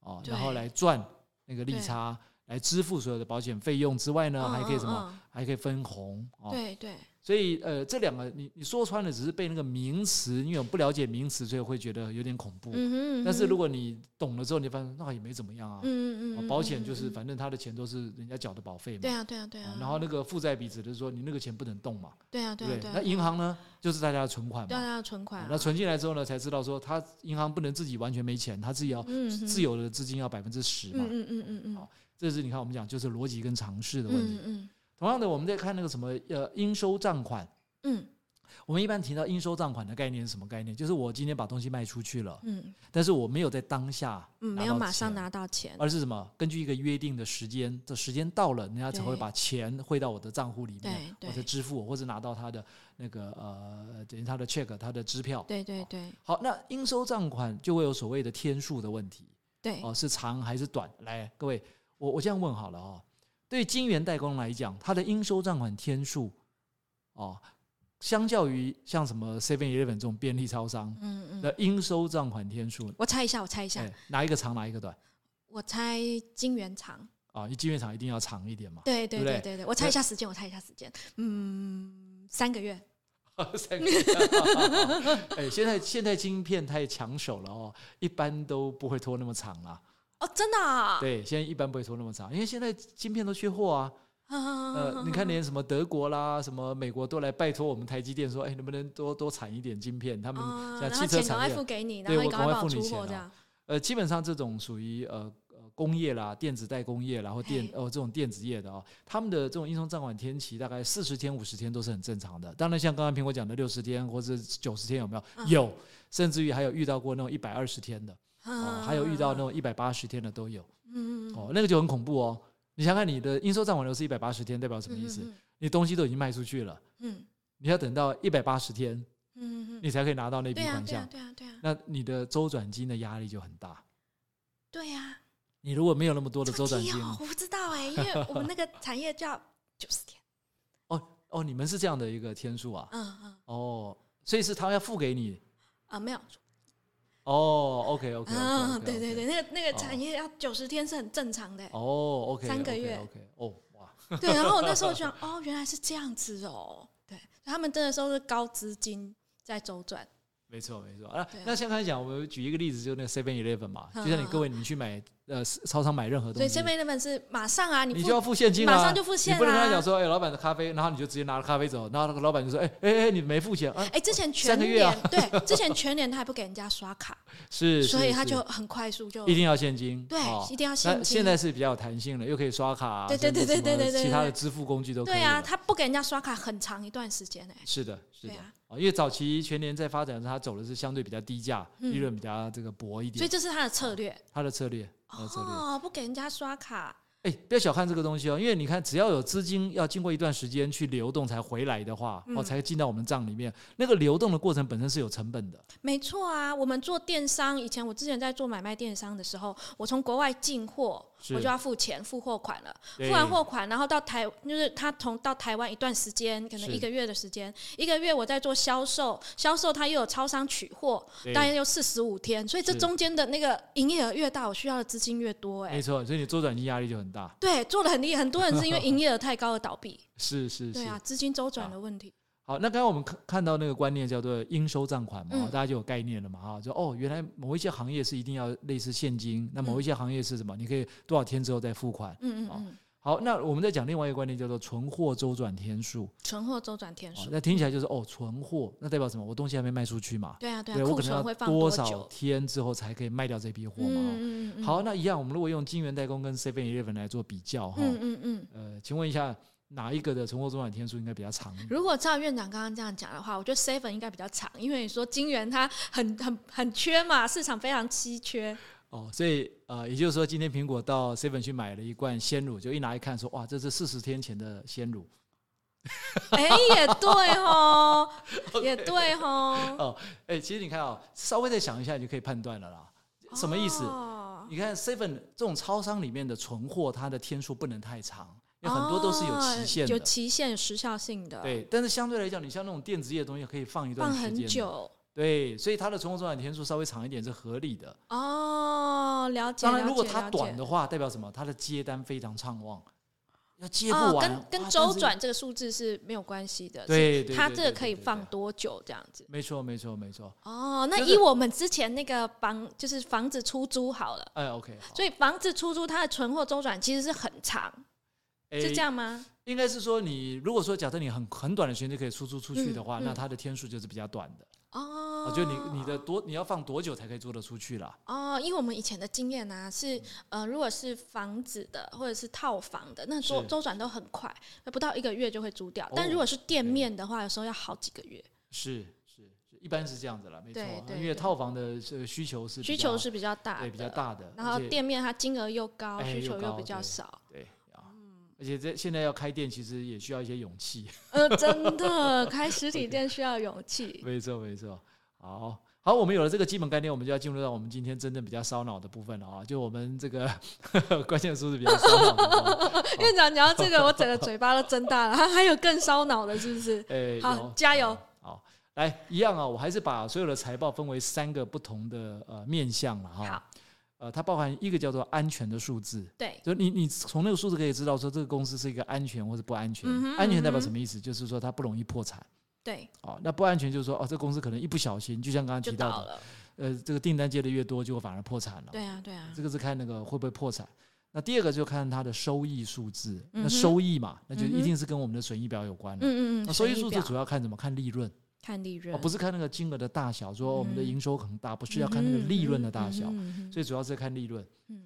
[SPEAKER 1] 哦，然后
[SPEAKER 3] 对
[SPEAKER 1] 来赚那个利
[SPEAKER 3] 对
[SPEAKER 1] 差。来支付所有的保险费用之外呢，
[SPEAKER 3] 嗯
[SPEAKER 1] 还可以
[SPEAKER 3] 嗯
[SPEAKER 1] 什么？
[SPEAKER 3] 嗯
[SPEAKER 1] 还可以分红哦。
[SPEAKER 3] 对对，
[SPEAKER 1] 所以呃，这两个你你说穿了，只是被那个名词，因为我不了解名词，所以会觉得有点恐怖。
[SPEAKER 3] 嗯哼。
[SPEAKER 1] 但是如
[SPEAKER 3] 果
[SPEAKER 1] 果你懂了之后，你就发现那也没怎么样啊。
[SPEAKER 3] 嗯嗯
[SPEAKER 1] 哦
[SPEAKER 3] 嗯，
[SPEAKER 1] 保险就是
[SPEAKER 3] 嗯嗯
[SPEAKER 1] 反正他的钱都是人家缴的保费
[SPEAKER 3] 嗯
[SPEAKER 1] 嘛
[SPEAKER 3] 对。啊对啊对啊
[SPEAKER 1] 哦，然后那个负债比指的是说你那个钱不能动嘛，
[SPEAKER 3] 对啊对
[SPEAKER 1] 不
[SPEAKER 3] 啊对？啊，
[SPEAKER 1] 对那银行呢，就是大家的存款
[SPEAKER 3] 对
[SPEAKER 1] 嘛
[SPEAKER 3] 啊。对啊存款
[SPEAKER 1] 哦
[SPEAKER 3] 啊，
[SPEAKER 1] 那存进来之后呢，才知道说他银行不能自己完全没钱，他自己要
[SPEAKER 3] 嗯哼
[SPEAKER 1] 自有的资金要百分之十嘛
[SPEAKER 3] 嗯。嗯嗯嗯嗯
[SPEAKER 1] 好这是你看我们讲就是逻辑跟常识的问
[SPEAKER 3] 嗯
[SPEAKER 1] 题。
[SPEAKER 3] 嗯
[SPEAKER 1] 同样的，我们在看那个什么呃应收账款，
[SPEAKER 3] 嗯
[SPEAKER 1] 我们一般提到应收账款的概念是什么概念？就是我今天把东西卖出去了，
[SPEAKER 3] 嗯
[SPEAKER 1] 但是我没有在当下
[SPEAKER 3] 嗯，
[SPEAKER 1] 拿
[SPEAKER 3] 没有
[SPEAKER 1] 到
[SPEAKER 3] 马上
[SPEAKER 1] 钱
[SPEAKER 3] 拿到钱，
[SPEAKER 1] 而是什么？根据一个约定的时间，这时间到了，人家才会
[SPEAKER 3] 对
[SPEAKER 1] 把钱汇到我的账户里面，
[SPEAKER 3] 对
[SPEAKER 1] 我才
[SPEAKER 3] 对
[SPEAKER 1] 支付我，或者拿到他的那个呃，等于他的 check，他的支票。
[SPEAKER 3] 对对对
[SPEAKER 1] 好，那应收账款就会有所谓的天数的问题，
[SPEAKER 3] 对，
[SPEAKER 1] 哦，是长还是短？来，各位，我我这样问好了哦。对金源代工来讲，它的应收账款天数，哦，相较于像什么 Seven Eleven 这种便利超商
[SPEAKER 3] 嗯嗯，
[SPEAKER 1] 的应收账款天数，
[SPEAKER 3] 我猜一下，我猜一下
[SPEAKER 1] 哎，，哪一个长，哪一个短？啊
[SPEAKER 3] 我猜金元长，
[SPEAKER 1] 哦，金源厂一定要长一点嘛。
[SPEAKER 3] 对对
[SPEAKER 1] 对不
[SPEAKER 3] 对
[SPEAKER 1] 对
[SPEAKER 3] 对对，我猜一下时间，我猜一下时间，嗯，三个月，
[SPEAKER 1] 三 个月哎，现在现在晶片太抢手了哦，一般都不会拖那么长啦。
[SPEAKER 3] 哦，真的啊，
[SPEAKER 1] 对，现在一般不会拖那么长，因为现在晶片都缺货啊。呃
[SPEAKER 3] 呃，
[SPEAKER 1] 你看连什么德国啦、什么美国都来拜托我们台积电说，哎，能不能多多产一点晶片？他们像
[SPEAKER 3] 哦然后
[SPEAKER 1] 汽车
[SPEAKER 3] 钱赶
[SPEAKER 1] 产
[SPEAKER 3] 快
[SPEAKER 1] 业
[SPEAKER 3] 付，给你，然
[SPEAKER 1] 对
[SPEAKER 3] 后你
[SPEAKER 1] 我
[SPEAKER 3] 赶快
[SPEAKER 1] 赶
[SPEAKER 3] 帮我
[SPEAKER 1] 快付
[SPEAKER 3] 出
[SPEAKER 1] 你
[SPEAKER 3] 货
[SPEAKER 1] 钱
[SPEAKER 3] 这
[SPEAKER 1] 啊
[SPEAKER 3] 样，
[SPEAKER 1] 呃，基本上这种属于呃。呃工业啦、电子代工业啦，或电
[SPEAKER 3] 嘿
[SPEAKER 1] 哦这种电子业的哦，他们的这种应收账款天期大概四十天、五十天都是很正常的。当然，像刚刚苹果讲的六十天或者九十天有没有？
[SPEAKER 3] 嗯
[SPEAKER 1] 有，甚至于还有遇到过那种一百二十天的，哦
[SPEAKER 3] 嗯，
[SPEAKER 1] 还有遇到那种一百八十天的都有，
[SPEAKER 3] 嗯，嗯嗯
[SPEAKER 1] 哦，那个就很恐怖哦。你想看你的应收账款流是一百八十天，代表什么意思？
[SPEAKER 3] 嗯
[SPEAKER 1] 你东西都已经卖出去了，
[SPEAKER 3] 嗯
[SPEAKER 1] 你要等到一百八十天，
[SPEAKER 3] 嗯嗯嗯，
[SPEAKER 1] 你才可以拿到那笔
[SPEAKER 3] 对啊
[SPEAKER 1] 款
[SPEAKER 3] 对
[SPEAKER 1] 项，
[SPEAKER 3] 啊对啊对啊
[SPEAKER 1] 那你的周转金的压力就很大。
[SPEAKER 3] 对啊，
[SPEAKER 1] 你如果没有那么多的
[SPEAKER 3] 这
[SPEAKER 1] 周
[SPEAKER 3] 个
[SPEAKER 1] 转
[SPEAKER 3] 题
[SPEAKER 1] 金，
[SPEAKER 3] 哦，我不知道哎，因为我们那个产业叫九十天，
[SPEAKER 1] 哦，你们是这样的一个天数啊，
[SPEAKER 3] 嗯嗯
[SPEAKER 1] 哦，所以是他要付给你，
[SPEAKER 3] 啊没有，
[SPEAKER 1] 哦，OK OK，
[SPEAKER 3] 啊对对对，，那个那
[SPEAKER 1] 哦
[SPEAKER 3] 个产业要九十天是很正常的欸，
[SPEAKER 1] 哦，OK，
[SPEAKER 3] 三个月
[SPEAKER 1] ，OK，哦，哇，
[SPEAKER 3] 对，然后我那时候就想，哦，原来是这样子哦。对，他们真的都是高资金在周转。
[SPEAKER 1] 没错，没错。啊
[SPEAKER 3] 对啊，
[SPEAKER 1] 那像刚才讲，我们举一个例子，就是那个 Seven Eleven 嘛，
[SPEAKER 3] 嗯
[SPEAKER 1] 就像你各位，你去买呃超商买任何
[SPEAKER 3] 所
[SPEAKER 1] 东
[SPEAKER 3] 以
[SPEAKER 1] 西
[SPEAKER 3] 这，边那本是马上啊，你
[SPEAKER 1] 你
[SPEAKER 3] 付
[SPEAKER 1] 就要付现金啊，
[SPEAKER 3] 马上就付现
[SPEAKER 1] 你不能跟他
[SPEAKER 3] 啦
[SPEAKER 1] 讲说，哎，老板的咖啡，然后你就直接拿了咖啡走，然后那个老板就说，哎哎哎，你没付钱啊？
[SPEAKER 3] 哎，之前
[SPEAKER 1] 三
[SPEAKER 3] 全
[SPEAKER 1] 个月
[SPEAKER 3] 年、
[SPEAKER 1] 啊
[SPEAKER 3] 对，之前全年他还不给人家刷卡，
[SPEAKER 1] 是，是
[SPEAKER 3] 所以他
[SPEAKER 1] 是
[SPEAKER 3] 就很快速就
[SPEAKER 1] 一定要现金，
[SPEAKER 3] 对
[SPEAKER 1] 哦，
[SPEAKER 3] 一定要现
[SPEAKER 1] 那
[SPEAKER 3] 金。
[SPEAKER 1] 现在是比较有弹性了，又可以刷卡啊，
[SPEAKER 3] 对对对
[SPEAKER 1] 甚至
[SPEAKER 3] 对对
[SPEAKER 1] 什么
[SPEAKER 3] 对对
[SPEAKER 1] 其他的
[SPEAKER 3] 对
[SPEAKER 1] 支付工具都可以
[SPEAKER 3] 对啊，
[SPEAKER 1] 了
[SPEAKER 3] 他不给人家刷卡很长一段时间哎、
[SPEAKER 1] 是的，是的
[SPEAKER 3] 对啊，
[SPEAKER 1] 哦因为早期全年在发展的时候，它走的是相对比较低价，
[SPEAKER 3] 嗯
[SPEAKER 1] 利润比较这个薄一
[SPEAKER 3] 所以
[SPEAKER 1] 点，
[SPEAKER 3] 这是他的策略
[SPEAKER 1] 它的策略，它的策略。
[SPEAKER 3] 哦，不给人家刷卡，
[SPEAKER 1] 哎，不要小看这个东西哦，因为你看，只要有资金要经过一段时间去流动才回来的话，
[SPEAKER 3] 嗯
[SPEAKER 1] 哦，才进到我们账里面。那个流动的过程本身是有成本的，
[SPEAKER 3] 没错啊，我们做电商，以前我之前在做买卖电商的时候，我从国外进货，
[SPEAKER 1] 是
[SPEAKER 3] 我就要付钱付货款了，
[SPEAKER 1] 对
[SPEAKER 3] 付完货款，然后到台就是他从到台湾一段时间，可能
[SPEAKER 1] 是
[SPEAKER 3] 一个月的时间，一个月我在做销售，销售他又有超商取货，
[SPEAKER 1] 对
[SPEAKER 3] 大概有四十五天，所以这
[SPEAKER 1] 是
[SPEAKER 3] 中间的那个营业额越大，我需要的资金越多、
[SPEAKER 1] 没
[SPEAKER 3] 哎，
[SPEAKER 1] 错，所以你周转金压力就很大。
[SPEAKER 3] 对，做的很厉害，很多人是因为营业额太高而倒闭，
[SPEAKER 1] 是是是
[SPEAKER 3] 对，啊，资金周转的问题，
[SPEAKER 1] 好，那刚刚我们看看到那个观念叫做应收账款嘛，
[SPEAKER 3] 嗯
[SPEAKER 1] 大家就有概念了嘛，哈，就哦，原来某一些行业是一定要类似现金，那
[SPEAKER 3] 嗯
[SPEAKER 1] 某一些行业是什么？你可以多少天之后再付款。
[SPEAKER 3] 嗯嗯
[SPEAKER 1] 好
[SPEAKER 3] 嗯，
[SPEAKER 1] 好，那我们再讲另外一个观念叫做存货周转天数，
[SPEAKER 3] 存货周转天
[SPEAKER 1] 哦
[SPEAKER 3] 数，
[SPEAKER 1] 那听起来就是哦，存货那代表什么？我东西还没卖出去嘛，
[SPEAKER 3] 对啊对啊，
[SPEAKER 1] 对我
[SPEAKER 3] 库
[SPEAKER 1] 可能
[SPEAKER 3] 存会
[SPEAKER 1] 要
[SPEAKER 3] 放多
[SPEAKER 1] 少
[SPEAKER 3] 久？
[SPEAKER 1] 天之后才可以卖掉这批货嘛？哈
[SPEAKER 3] 嗯嗯嗯，
[SPEAKER 1] 好，那一样，我们如果用金源代工跟 Seven Eleven 来做比较哈，
[SPEAKER 3] 嗯嗯嗯。
[SPEAKER 1] 呃，请问一下，哪一个的存货周转天数应该比较长一点？
[SPEAKER 3] 如果照院长刚刚这样讲的话，我觉得 seven 应该比较长，因为你说金元它很很很缺嘛，市场非常稀 缺。
[SPEAKER 1] 哦，所以呃，也就是说，今天苹果到 Seven 去买了一罐鲜乳，就一拿一看说，哇，这是四十天前的鲜乳
[SPEAKER 3] 哎、也对哦，也对哦。
[SPEAKER 1] 哦。哎，其实你看哦，稍微再想一下，你就可以判断了啦。什么意思？
[SPEAKER 3] 哦
[SPEAKER 1] 你看 Seven 这种超商里面的存货，它的天数不能太长，因为很多都是有期限
[SPEAKER 3] 哦
[SPEAKER 1] 的。
[SPEAKER 3] 有期限、有时效性的，，
[SPEAKER 1] 对，但是相对来讲，你像那种电子业的东西，可以放一段
[SPEAKER 3] 放
[SPEAKER 1] 时间
[SPEAKER 3] 很
[SPEAKER 1] 的。
[SPEAKER 3] 久。
[SPEAKER 1] 对，所以它的存活周转天数稍微长一点是合理的。
[SPEAKER 3] 哦，了解。
[SPEAKER 1] 当然，
[SPEAKER 3] 了
[SPEAKER 1] 如果
[SPEAKER 3] 解
[SPEAKER 1] 它
[SPEAKER 3] 了
[SPEAKER 1] 短
[SPEAKER 3] 解
[SPEAKER 1] 的话，代表什么？它的接单非常畅旺，要接不
[SPEAKER 3] 哦，
[SPEAKER 1] 完。
[SPEAKER 3] 跟跟
[SPEAKER 1] 哇
[SPEAKER 3] 周，
[SPEAKER 1] 但
[SPEAKER 3] 转这个数字是没有关系的，
[SPEAKER 1] 是对对
[SPEAKER 3] 是
[SPEAKER 1] 对，
[SPEAKER 3] 它
[SPEAKER 1] 对
[SPEAKER 3] 这个
[SPEAKER 1] 对
[SPEAKER 3] 可以
[SPEAKER 1] 对
[SPEAKER 3] 放
[SPEAKER 1] 对
[SPEAKER 3] 多久这样子？
[SPEAKER 1] 没错，没错，没错。
[SPEAKER 3] 哦，那
[SPEAKER 1] 就
[SPEAKER 3] 以
[SPEAKER 1] 是
[SPEAKER 3] 我们之前那个房就是房子出租好了，
[SPEAKER 1] 哎，OK，好
[SPEAKER 3] 所以房子出租它的存货周转其实是很长，是
[SPEAKER 1] 哎
[SPEAKER 3] 这样吗？
[SPEAKER 1] 应该是说你如果说假设你很很短的时间就可以出租出去的话，
[SPEAKER 3] 嗯嗯
[SPEAKER 1] 那它的天数就是比较短的。
[SPEAKER 3] 哦
[SPEAKER 1] 啊，，就你你的多你要放多久才可以租得出去啦？
[SPEAKER 3] 哦，因为我们以前的经验呢、啊、是，呃，如果是房子的或者是套房的，那周
[SPEAKER 1] 是
[SPEAKER 3] 周转都很快，不到一个月就会租掉。但
[SPEAKER 1] 哦
[SPEAKER 3] 如果是店
[SPEAKER 1] 对
[SPEAKER 3] 面的话，有时候要好几个月，
[SPEAKER 1] 是是，是一般是这样子啦，没错
[SPEAKER 3] 对
[SPEAKER 1] 啊。
[SPEAKER 3] 对
[SPEAKER 1] 因
[SPEAKER 3] 对
[SPEAKER 1] 为套房的呃需求是比
[SPEAKER 3] 需
[SPEAKER 1] 较
[SPEAKER 3] 求是比较大，
[SPEAKER 1] 对比较。大的，
[SPEAKER 3] 然后
[SPEAKER 1] 而且
[SPEAKER 3] 店面它金额又高，
[SPEAKER 1] 哎
[SPEAKER 3] 需
[SPEAKER 1] 又
[SPEAKER 3] 求又
[SPEAKER 1] 高
[SPEAKER 3] 比较
[SPEAKER 1] 对
[SPEAKER 3] 少。
[SPEAKER 1] 对啊，
[SPEAKER 3] 嗯
[SPEAKER 1] 而且这现在要开店其实也需要一些勇气。
[SPEAKER 3] 呃，真的开实体店需要勇气。
[SPEAKER 1] 没错，没错。好好，我们有了这个基本概念，我们就要进入到我们今天真正比较烧脑的部分了啊！就我们这个 关键数字比较烧脑的啊。
[SPEAKER 3] 院长讲到这个，我整个嘴巴都睁大了。还还有更烧脑的，是不 是？
[SPEAKER 1] 哎，
[SPEAKER 3] 好
[SPEAKER 1] 有
[SPEAKER 3] 加油！
[SPEAKER 1] 好，来一样啊，我还是把所有的财报分为三个不同的呃面向了哈
[SPEAKER 3] 好。
[SPEAKER 1] 呃，它包含一个叫做安全的数字，
[SPEAKER 3] 对，
[SPEAKER 1] 就你你从那个数字可以知道说这个公司是一个安全或者不安全。
[SPEAKER 3] 嗯哼
[SPEAKER 1] 安全代表
[SPEAKER 3] 嗯哼
[SPEAKER 1] 什么意思？就是说它不容易破产。
[SPEAKER 3] 对，
[SPEAKER 1] 哦，那不安全就是说，哦，这公司可能一不小心，就像刚刚
[SPEAKER 3] 就
[SPEAKER 1] 提
[SPEAKER 3] 倒
[SPEAKER 1] 到的，
[SPEAKER 3] 了。
[SPEAKER 1] 呃，这个订单接的越多，结果反而破产了。
[SPEAKER 3] 对啊，对啊，
[SPEAKER 1] 这个是看那个会不会破产。那第二个就看它的收益数字，
[SPEAKER 3] 嗯哼
[SPEAKER 1] 那收益嘛，那就
[SPEAKER 3] 嗯哼
[SPEAKER 1] 一定是跟我们的损益表有关了。
[SPEAKER 3] 嗯嗯
[SPEAKER 1] 那
[SPEAKER 3] 嗯。
[SPEAKER 1] 收
[SPEAKER 3] 损
[SPEAKER 1] 益
[SPEAKER 3] 益
[SPEAKER 1] 哦数字
[SPEAKER 3] 表
[SPEAKER 1] 主要看什么？看利润
[SPEAKER 3] 看利润
[SPEAKER 1] 哦，不是看那个金额的大小，说我们的
[SPEAKER 3] 嗯
[SPEAKER 1] 营收很大，不是要看那个利润的大小，
[SPEAKER 3] 所
[SPEAKER 1] 所以主要是看利润
[SPEAKER 3] 嗯。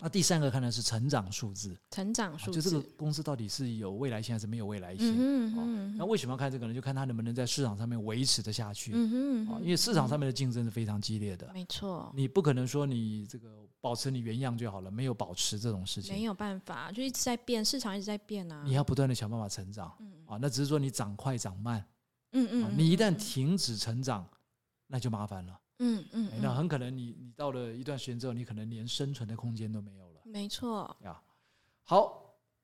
[SPEAKER 1] 那第三个看的是成长数字，啊
[SPEAKER 3] 成长数
[SPEAKER 1] 就
[SPEAKER 3] 字，
[SPEAKER 1] 这个公司到底是有未来性还是没有未来性？
[SPEAKER 3] 嗯
[SPEAKER 1] 哦
[SPEAKER 3] 哼
[SPEAKER 1] 那为什么要看这个呢？就看它能不能在市场上面维持得下去。
[SPEAKER 3] 嗯哼嗯
[SPEAKER 1] 啊，
[SPEAKER 3] 哼，
[SPEAKER 1] 因为市场上面的竞争是非常激烈的，
[SPEAKER 3] 没错，
[SPEAKER 1] 你不可能说你这个保持你原样就好了，没有保持这种事
[SPEAKER 3] 没
[SPEAKER 1] 情，
[SPEAKER 3] 有办法，就一直在变，市场一直在变啊。
[SPEAKER 1] 你要不断的想办法成长
[SPEAKER 3] 嗯
[SPEAKER 1] 啊。那只是说你长快长慢
[SPEAKER 3] 嗯
[SPEAKER 1] 啊
[SPEAKER 3] 嗯，，
[SPEAKER 1] 你一旦停止成长，那就麻烦了。
[SPEAKER 3] 嗯嗯
[SPEAKER 1] 哎
[SPEAKER 3] 嗯，
[SPEAKER 1] 那很可能你你到了一段时间之后，你可能连生存的空间都没有了
[SPEAKER 3] 没错，
[SPEAKER 1] 呀。好，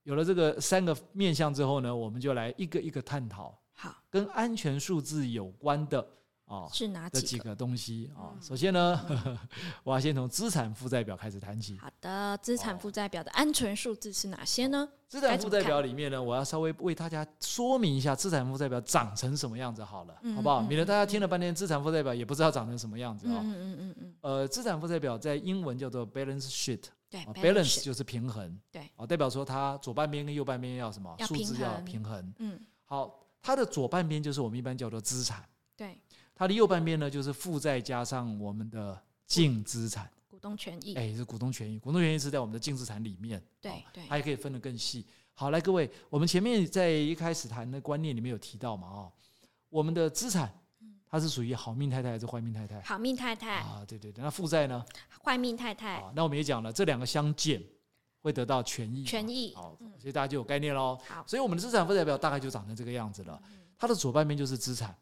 [SPEAKER 1] 有了这个三个面向之后呢，我们就来一个一个探讨
[SPEAKER 3] 好
[SPEAKER 1] 跟安全数字有关的啊
[SPEAKER 3] 是哪
[SPEAKER 1] 这几
[SPEAKER 3] 个？
[SPEAKER 1] 个东西啊。
[SPEAKER 3] 嗯
[SPEAKER 1] 首先呢， 我要先从资产负债表开始谈起。
[SPEAKER 3] 好的，资产
[SPEAKER 1] 哦
[SPEAKER 3] 负债表的安全数字是哪些呢？
[SPEAKER 1] 资产负债表里面呢，我要稍微为大家说明一下资产负债表长成什么样子好了，
[SPEAKER 3] 嗯
[SPEAKER 1] 好不好？
[SPEAKER 3] 嗯
[SPEAKER 1] 免得大家听了半天资产负债表也不知道长成什么样子
[SPEAKER 3] 嗯
[SPEAKER 1] 啊、
[SPEAKER 3] 嗯嗯嗯
[SPEAKER 1] 呃，资产负债表在英文叫做 balance sheet，
[SPEAKER 3] 嗯，
[SPEAKER 1] 啊
[SPEAKER 3] 对
[SPEAKER 1] ，balance 就是平衡，
[SPEAKER 3] 对
[SPEAKER 1] 啊，代表说它左半边跟右半边要什么
[SPEAKER 3] 要
[SPEAKER 1] 数字
[SPEAKER 3] 平衡
[SPEAKER 1] 要平衡。
[SPEAKER 3] 嗯，
[SPEAKER 1] 好，它的左半边就是我们一般叫做资产，
[SPEAKER 3] 对，
[SPEAKER 1] 它的右半边呢就是负债加上我们的净资产，
[SPEAKER 3] 股东权益，
[SPEAKER 1] 哎，哦是股东权益，股东权益是在我们的净资产里面。
[SPEAKER 3] 对对，
[SPEAKER 1] 它也可以分得更细。好，来各位，我们前面在一开始谈的观念里面有提到嘛，哦，我们的资产
[SPEAKER 3] 嗯
[SPEAKER 1] 它是属于好命太太还是坏命太太？
[SPEAKER 3] 好命太太，
[SPEAKER 1] 啊，对对对，那负债呢？
[SPEAKER 3] 坏命太太，
[SPEAKER 1] 啊，那我们也讲了，这两个相减会得到权益嘛，
[SPEAKER 3] 权益
[SPEAKER 1] 好，所以大家就有概念喽。
[SPEAKER 3] 好，
[SPEAKER 1] 所以我们的资产负债表大概就长成这个样子了。它的左半边就是资产，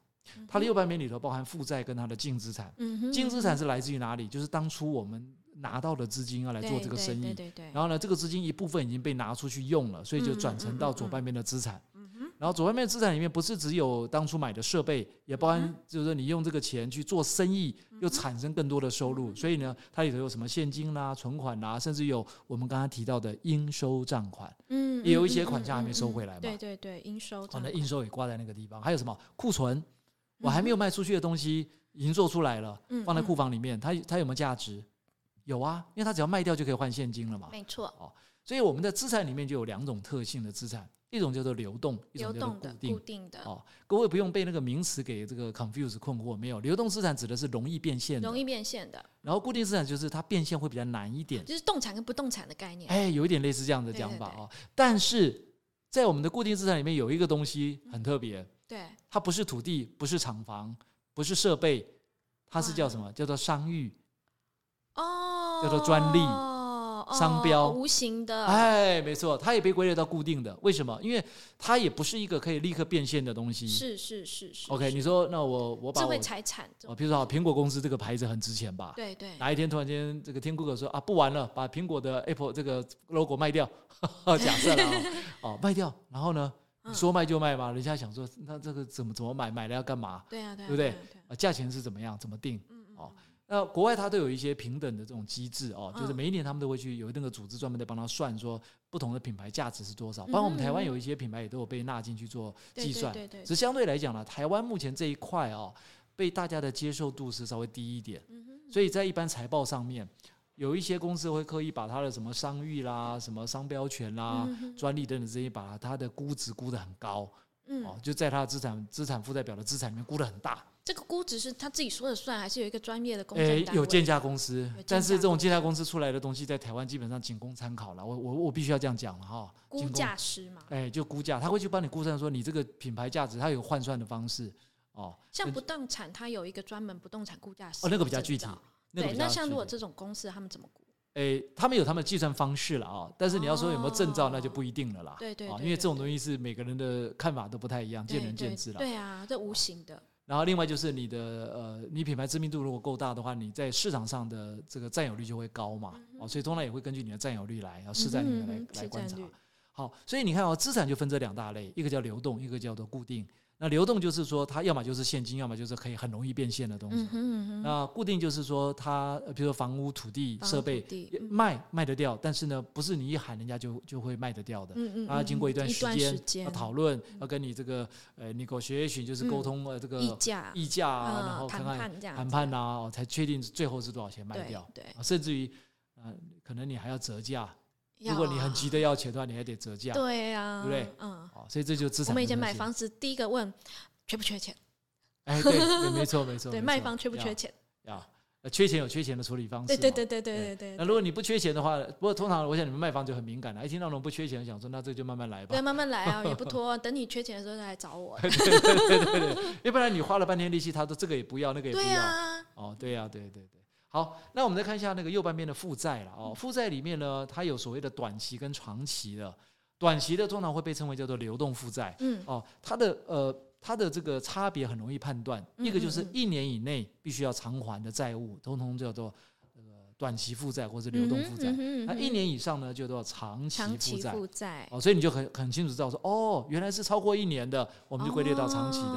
[SPEAKER 1] 它的右半边里头包含负债跟它的净资产。
[SPEAKER 3] 嗯哼，
[SPEAKER 1] 净资产是来自于哪里？就是当初我们拿到的资金要来做
[SPEAKER 3] 对
[SPEAKER 1] 这个
[SPEAKER 3] 对
[SPEAKER 1] 生意
[SPEAKER 3] 对，对对，
[SPEAKER 1] 然后呢，这个资金一部分已经被拿出去用了，所以就转成到左半边的资产。然后左半边的资产里面，不是只有当初买的设备，也包含就是说你用这个钱去做生意，又产生更多的收入。所以呢，它里头有什么现金啦、存款啦，甚至有我们刚刚提到的应收账款，
[SPEAKER 3] 嗯，
[SPEAKER 1] 也
[SPEAKER 3] 嗯
[SPEAKER 1] 有一些
[SPEAKER 3] 嗯
[SPEAKER 1] 款项还
[SPEAKER 3] 嗯
[SPEAKER 1] 没收
[SPEAKER 3] 嗯
[SPEAKER 1] 回来嘛
[SPEAKER 3] 对对对，应收
[SPEAKER 1] 我
[SPEAKER 3] 账
[SPEAKER 1] 的
[SPEAKER 3] 款，
[SPEAKER 1] 应收也挂哦在那个地方。还有什么库存，我还没有卖出去的东西已经做出来了，
[SPEAKER 3] 嗯
[SPEAKER 1] 放在库房里面，它它有没有价值？有啊，因为它只要卖掉就可以换现金了嘛。
[SPEAKER 3] 没错，
[SPEAKER 1] 所以我们的资产里面就有两种特性的资产，一种叫做流动，一
[SPEAKER 3] 流
[SPEAKER 1] 种叫
[SPEAKER 3] 动
[SPEAKER 1] 做固
[SPEAKER 3] 的、
[SPEAKER 1] 定
[SPEAKER 3] 固。定的，
[SPEAKER 1] 哦，各位不用被那个名词给这个 confuse 困惑，没有，流动资产指的是容易变现的
[SPEAKER 3] 容，易变现的，
[SPEAKER 1] 然后固定资产就是它变现会比较难一点，
[SPEAKER 3] 就是动产跟不动产的概念。
[SPEAKER 1] 哎，有一点类似这样的
[SPEAKER 3] 对
[SPEAKER 1] 讲
[SPEAKER 3] 对
[SPEAKER 1] 法
[SPEAKER 3] 对
[SPEAKER 1] 哦。但是在我们的固定资产里面有一个东西
[SPEAKER 3] 嗯
[SPEAKER 1] 很特别，
[SPEAKER 3] 对，
[SPEAKER 1] 它不是土地，不是厂房，不是设备，它是叫什么？叫做商誉。
[SPEAKER 3] 哦，
[SPEAKER 1] 叫做专利
[SPEAKER 3] 哦
[SPEAKER 1] 商标
[SPEAKER 3] 无形的，
[SPEAKER 1] 哎，没错，它也被归类到固定的，为什么？因为它也不是一个可以立刻变现的东西。
[SPEAKER 3] 是是是是
[SPEAKER 1] OK，
[SPEAKER 3] 是
[SPEAKER 1] 你说那我我把
[SPEAKER 3] 智
[SPEAKER 1] 我
[SPEAKER 3] 慧财产这
[SPEAKER 1] 哦，
[SPEAKER 3] 种，
[SPEAKER 1] 比如说好，苹果公司这个牌子很值钱吧？
[SPEAKER 3] 对对，
[SPEAKER 1] 哪一天突然间这个天 Google 说啊不玩了，把 苹果的 Apple 这个 logo 卖掉，假设了哦哦卖掉，然后呢
[SPEAKER 3] 嗯
[SPEAKER 1] 你说卖就卖嘛，人家想说那这个怎么怎么买，买了要干嘛？
[SPEAKER 3] 对啊，对啊，
[SPEAKER 1] 对不对
[SPEAKER 3] 啊？啊
[SPEAKER 1] 啊，价钱是怎么样，怎么定？
[SPEAKER 3] 嗯嗯
[SPEAKER 1] 哦那国外它都有一些平等的这种机制哦，就是
[SPEAKER 3] 嗯
[SPEAKER 1] 每一年他们都会去有那个组织专门在帮他算说不同的品牌价值是多少，包括我们台湾有一些品牌也都有被纳进去做
[SPEAKER 3] 啊对
[SPEAKER 1] 计算，
[SPEAKER 3] 嗯对对对
[SPEAKER 1] 只是相对来讲呢，台湾目前这一块哦，被大家的接受度是稍微低一点，
[SPEAKER 3] 嗯哼
[SPEAKER 1] 所以在一般财报上面，有一些公司会刻意把它的什么商誉啦、什么商标权啦、
[SPEAKER 3] 嗯哼
[SPEAKER 1] 啊专利等等这些，把它的估值估得很高、哦
[SPEAKER 3] 嗯，，
[SPEAKER 1] 就在它的资产资产负债表的资产里面估得很大。
[SPEAKER 3] 这个估值是他自己说了算，还是有一个专业的公
[SPEAKER 1] 诶
[SPEAKER 3] 证，单位？
[SPEAKER 1] 哎有鉴价公司
[SPEAKER 3] 有，
[SPEAKER 1] 但
[SPEAKER 3] 鉴
[SPEAKER 1] 是这
[SPEAKER 3] 价
[SPEAKER 1] 种
[SPEAKER 3] 公
[SPEAKER 1] 鉴价公司出来的东西，在台湾基本上仅供参考了。我我我必须要这样讲了哈，
[SPEAKER 3] 估
[SPEAKER 1] 仅供
[SPEAKER 3] 价师嘛？
[SPEAKER 1] 哎，就估价，他会去帮你估算说你这个品牌价值，它有换算的方式哦。
[SPEAKER 3] 像不动产，它有一个专门不动产估价师
[SPEAKER 1] 哦，那个比较
[SPEAKER 3] 证
[SPEAKER 1] 具体
[SPEAKER 3] 照，
[SPEAKER 1] 那个
[SPEAKER 3] 对，
[SPEAKER 1] 比
[SPEAKER 3] 那
[SPEAKER 1] 较
[SPEAKER 3] 像
[SPEAKER 1] 具
[SPEAKER 3] 如果
[SPEAKER 1] 体
[SPEAKER 3] 这种公司，他们怎么估？
[SPEAKER 1] 诶，他们有他们的计算方式了啊、但是你要说有没有证照，
[SPEAKER 3] 哦
[SPEAKER 1] 那就不一定了啦。
[SPEAKER 3] 对对
[SPEAKER 1] 哦，
[SPEAKER 3] 对
[SPEAKER 1] 因
[SPEAKER 3] 对
[SPEAKER 1] 为这种
[SPEAKER 3] 对
[SPEAKER 1] 东西是每个人的看法都不太一样，见
[SPEAKER 3] 对
[SPEAKER 1] 仁见
[SPEAKER 3] 对
[SPEAKER 1] 智哦了。
[SPEAKER 3] 对啊，这无形的，
[SPEAKER 1] 然后另外就是你的呃，你品牌知名度如果够大的话，你在市场上的这个占有率就会高嘛。哦，所以通常也会根据你的占有率来，要市占率
[SPEAKER 3] 嗯嗯哼
[SPEAKER 1] 来、
[SPEAKER 3] 嗯哼
[SPEAKER 1] 来
[SPEAKER 3] 市
[SPEAKER 1] 观
[SPEAKER 3] 占
[SPEAKER 1] 察
[SPEAKER 3] 率。
[SPEAKER 1] 好，所以你看哦，资产就分这两大类，一个叫流动，一个叫做固定。那流动就是说，它要么就是现金，要么就是可以很容易变现的东西。
[SPEAKER 3] 嗯哼嗯哼，
[SPEAKER 1] 那固定就是说它，呃比如说房屋、土地、
[SPEAKER 3] 房
[SPEAKER 1] 设
[SPEAKER 3] 屋
[SPEAKER 1] 备
[SPEAKER 3] 土地
[SPEAKER 1] 也
[SPEAKER 3] 嗯
[SPEAKER 1] 卖卖得掉，但是呢，不是你一喊人家就就会卖得掉的。
[SPEAKER 3] 嗯嗯，
[SPEAKER 1] 啊，经过一
[SPEAKER 3] 嗯
[SPEAKER 1] 段
[SPEAKER 3] 一
[SPEAKER 1] 时
[SPEAKER 3] 段时
[SPEAKER 1] 间
[SPEAKER 3] 间
[SPEAKER 1] 要讨论，要跟你这个呃，你给我学一学，就是
[SPEAKER 3] 嗯
[SPEAKER 1] 沟通呃这个
[SPEAKER 3] 议价，
[SPEAKER 1] 议价啊，
[SPEAKER 3] 嗯
[SPEAKER 1] 然后看
[SPEAKER 3] 谈
[SPEAKER 1] 看
[SPEAKER 3] 判这样
[SPEAKER 1] 谈
[SPEAKER 3] 子
[SPEAKER 1] 判啊，哦才确定最后是多少钱卖
[SPEAKER 3] 对
[SPEAKER 1] 掉，
[SPEAKER 3] 对
[SPEAKER 1] 啊甚至于呃，可能你还要折价，
[SPEAKER 3] 要
[SPEAKER 1] 如果你很急
[SPEAKER 3] 啊，
[SPEAKER 1] 着要钱的话，你还得折价，
[SPEAKER 3] 对啊，
[SPEAKER 1] 对不对？
[SPEAKER 3] 嗯，
[SPEAKER 1] 哦，所以这就是资产
[SPEAKER 3] 我们以
[SPEAKER 1] 分
[SPEAKER 3] 前
[SPEAKER 1] 配
[SPEAKER 3] 买
[SPEAKER 1] 制，
[SPEAKER 3] 房子，第一个问缺不缺钱，
[SPEAKER 1] 哎，对，对没错没错，
[SPEAKER 3] 对，
[SPEAKER 1] 没
[SPEAKER 3] 卖
[SPEAKER 1] 错
[SPEAKER 3] 方缺不缺
[SPEAKER 1] 要
[SPEAKER 3] 钱？
[SPEAKER 1] 要呃缺钱有缺钱的处理方式
[SPEAKER 3] 对
[SPEAKER 1] 嘛，
[SPEAKER 3] 对对对对对
[SPEAKER 1] 那
[SPEAKER 3] 对，
[SPEAKER 1] 如果你不缺钱的话，不过通常我想你们卖房就很敏感了，一听到我们不缺钱，想说那这就慢慢来吧
[SPEAKER 3] 对，，慢慢来啊，也不拖，等你缺钱的时候再来找我。
[SPEAKER 1] 要不然你花了半天力气，他说这个也不要，那个也不
[SPEAKER 3] 对
[SPEAKER 1] 要，
[SPEAKER 3] 啊，
[SPEAKER 1] 哦，对呀、对对对。好，那我们再看一下那个右半边的负债了
[SPEAKER 3] 嗯
[SPEAKER 1] 哦。负债里面呢，它有所谓的短期跟长期的。短期的通常会被称为叫做流动负债
[SPEAKER 3] 嗯
[SPEAKER 1] 哦，它的呃它的这个差别很容易判断，一个就
[SPEAKER 3] 嗯
[SPEAKER 1] 是
[SPEAKER 3] 嗯嗯
[SPEAKER 1] 一年以内必须要偿还的债务，通通叫做呃短期负债或是流动负债。
[SPEAKER 3] 嗯哼嗯哼嗯哼
[SPEAKER 1] 那一年以上呢，就叫做长期
[SPEAKER 3] 长
[SPEAKER 1] 负
[SPEAKER 3] 期
[SPEAKER 1] 债。
[SPEAKER 3] 负债，
[SPEAKER 1] 哦，所以你就很很清楚知道说，哦，原来是超过一年的，我们就归类到长
[SPEAKER 3] 哦
[SPEAKER 1] 期的。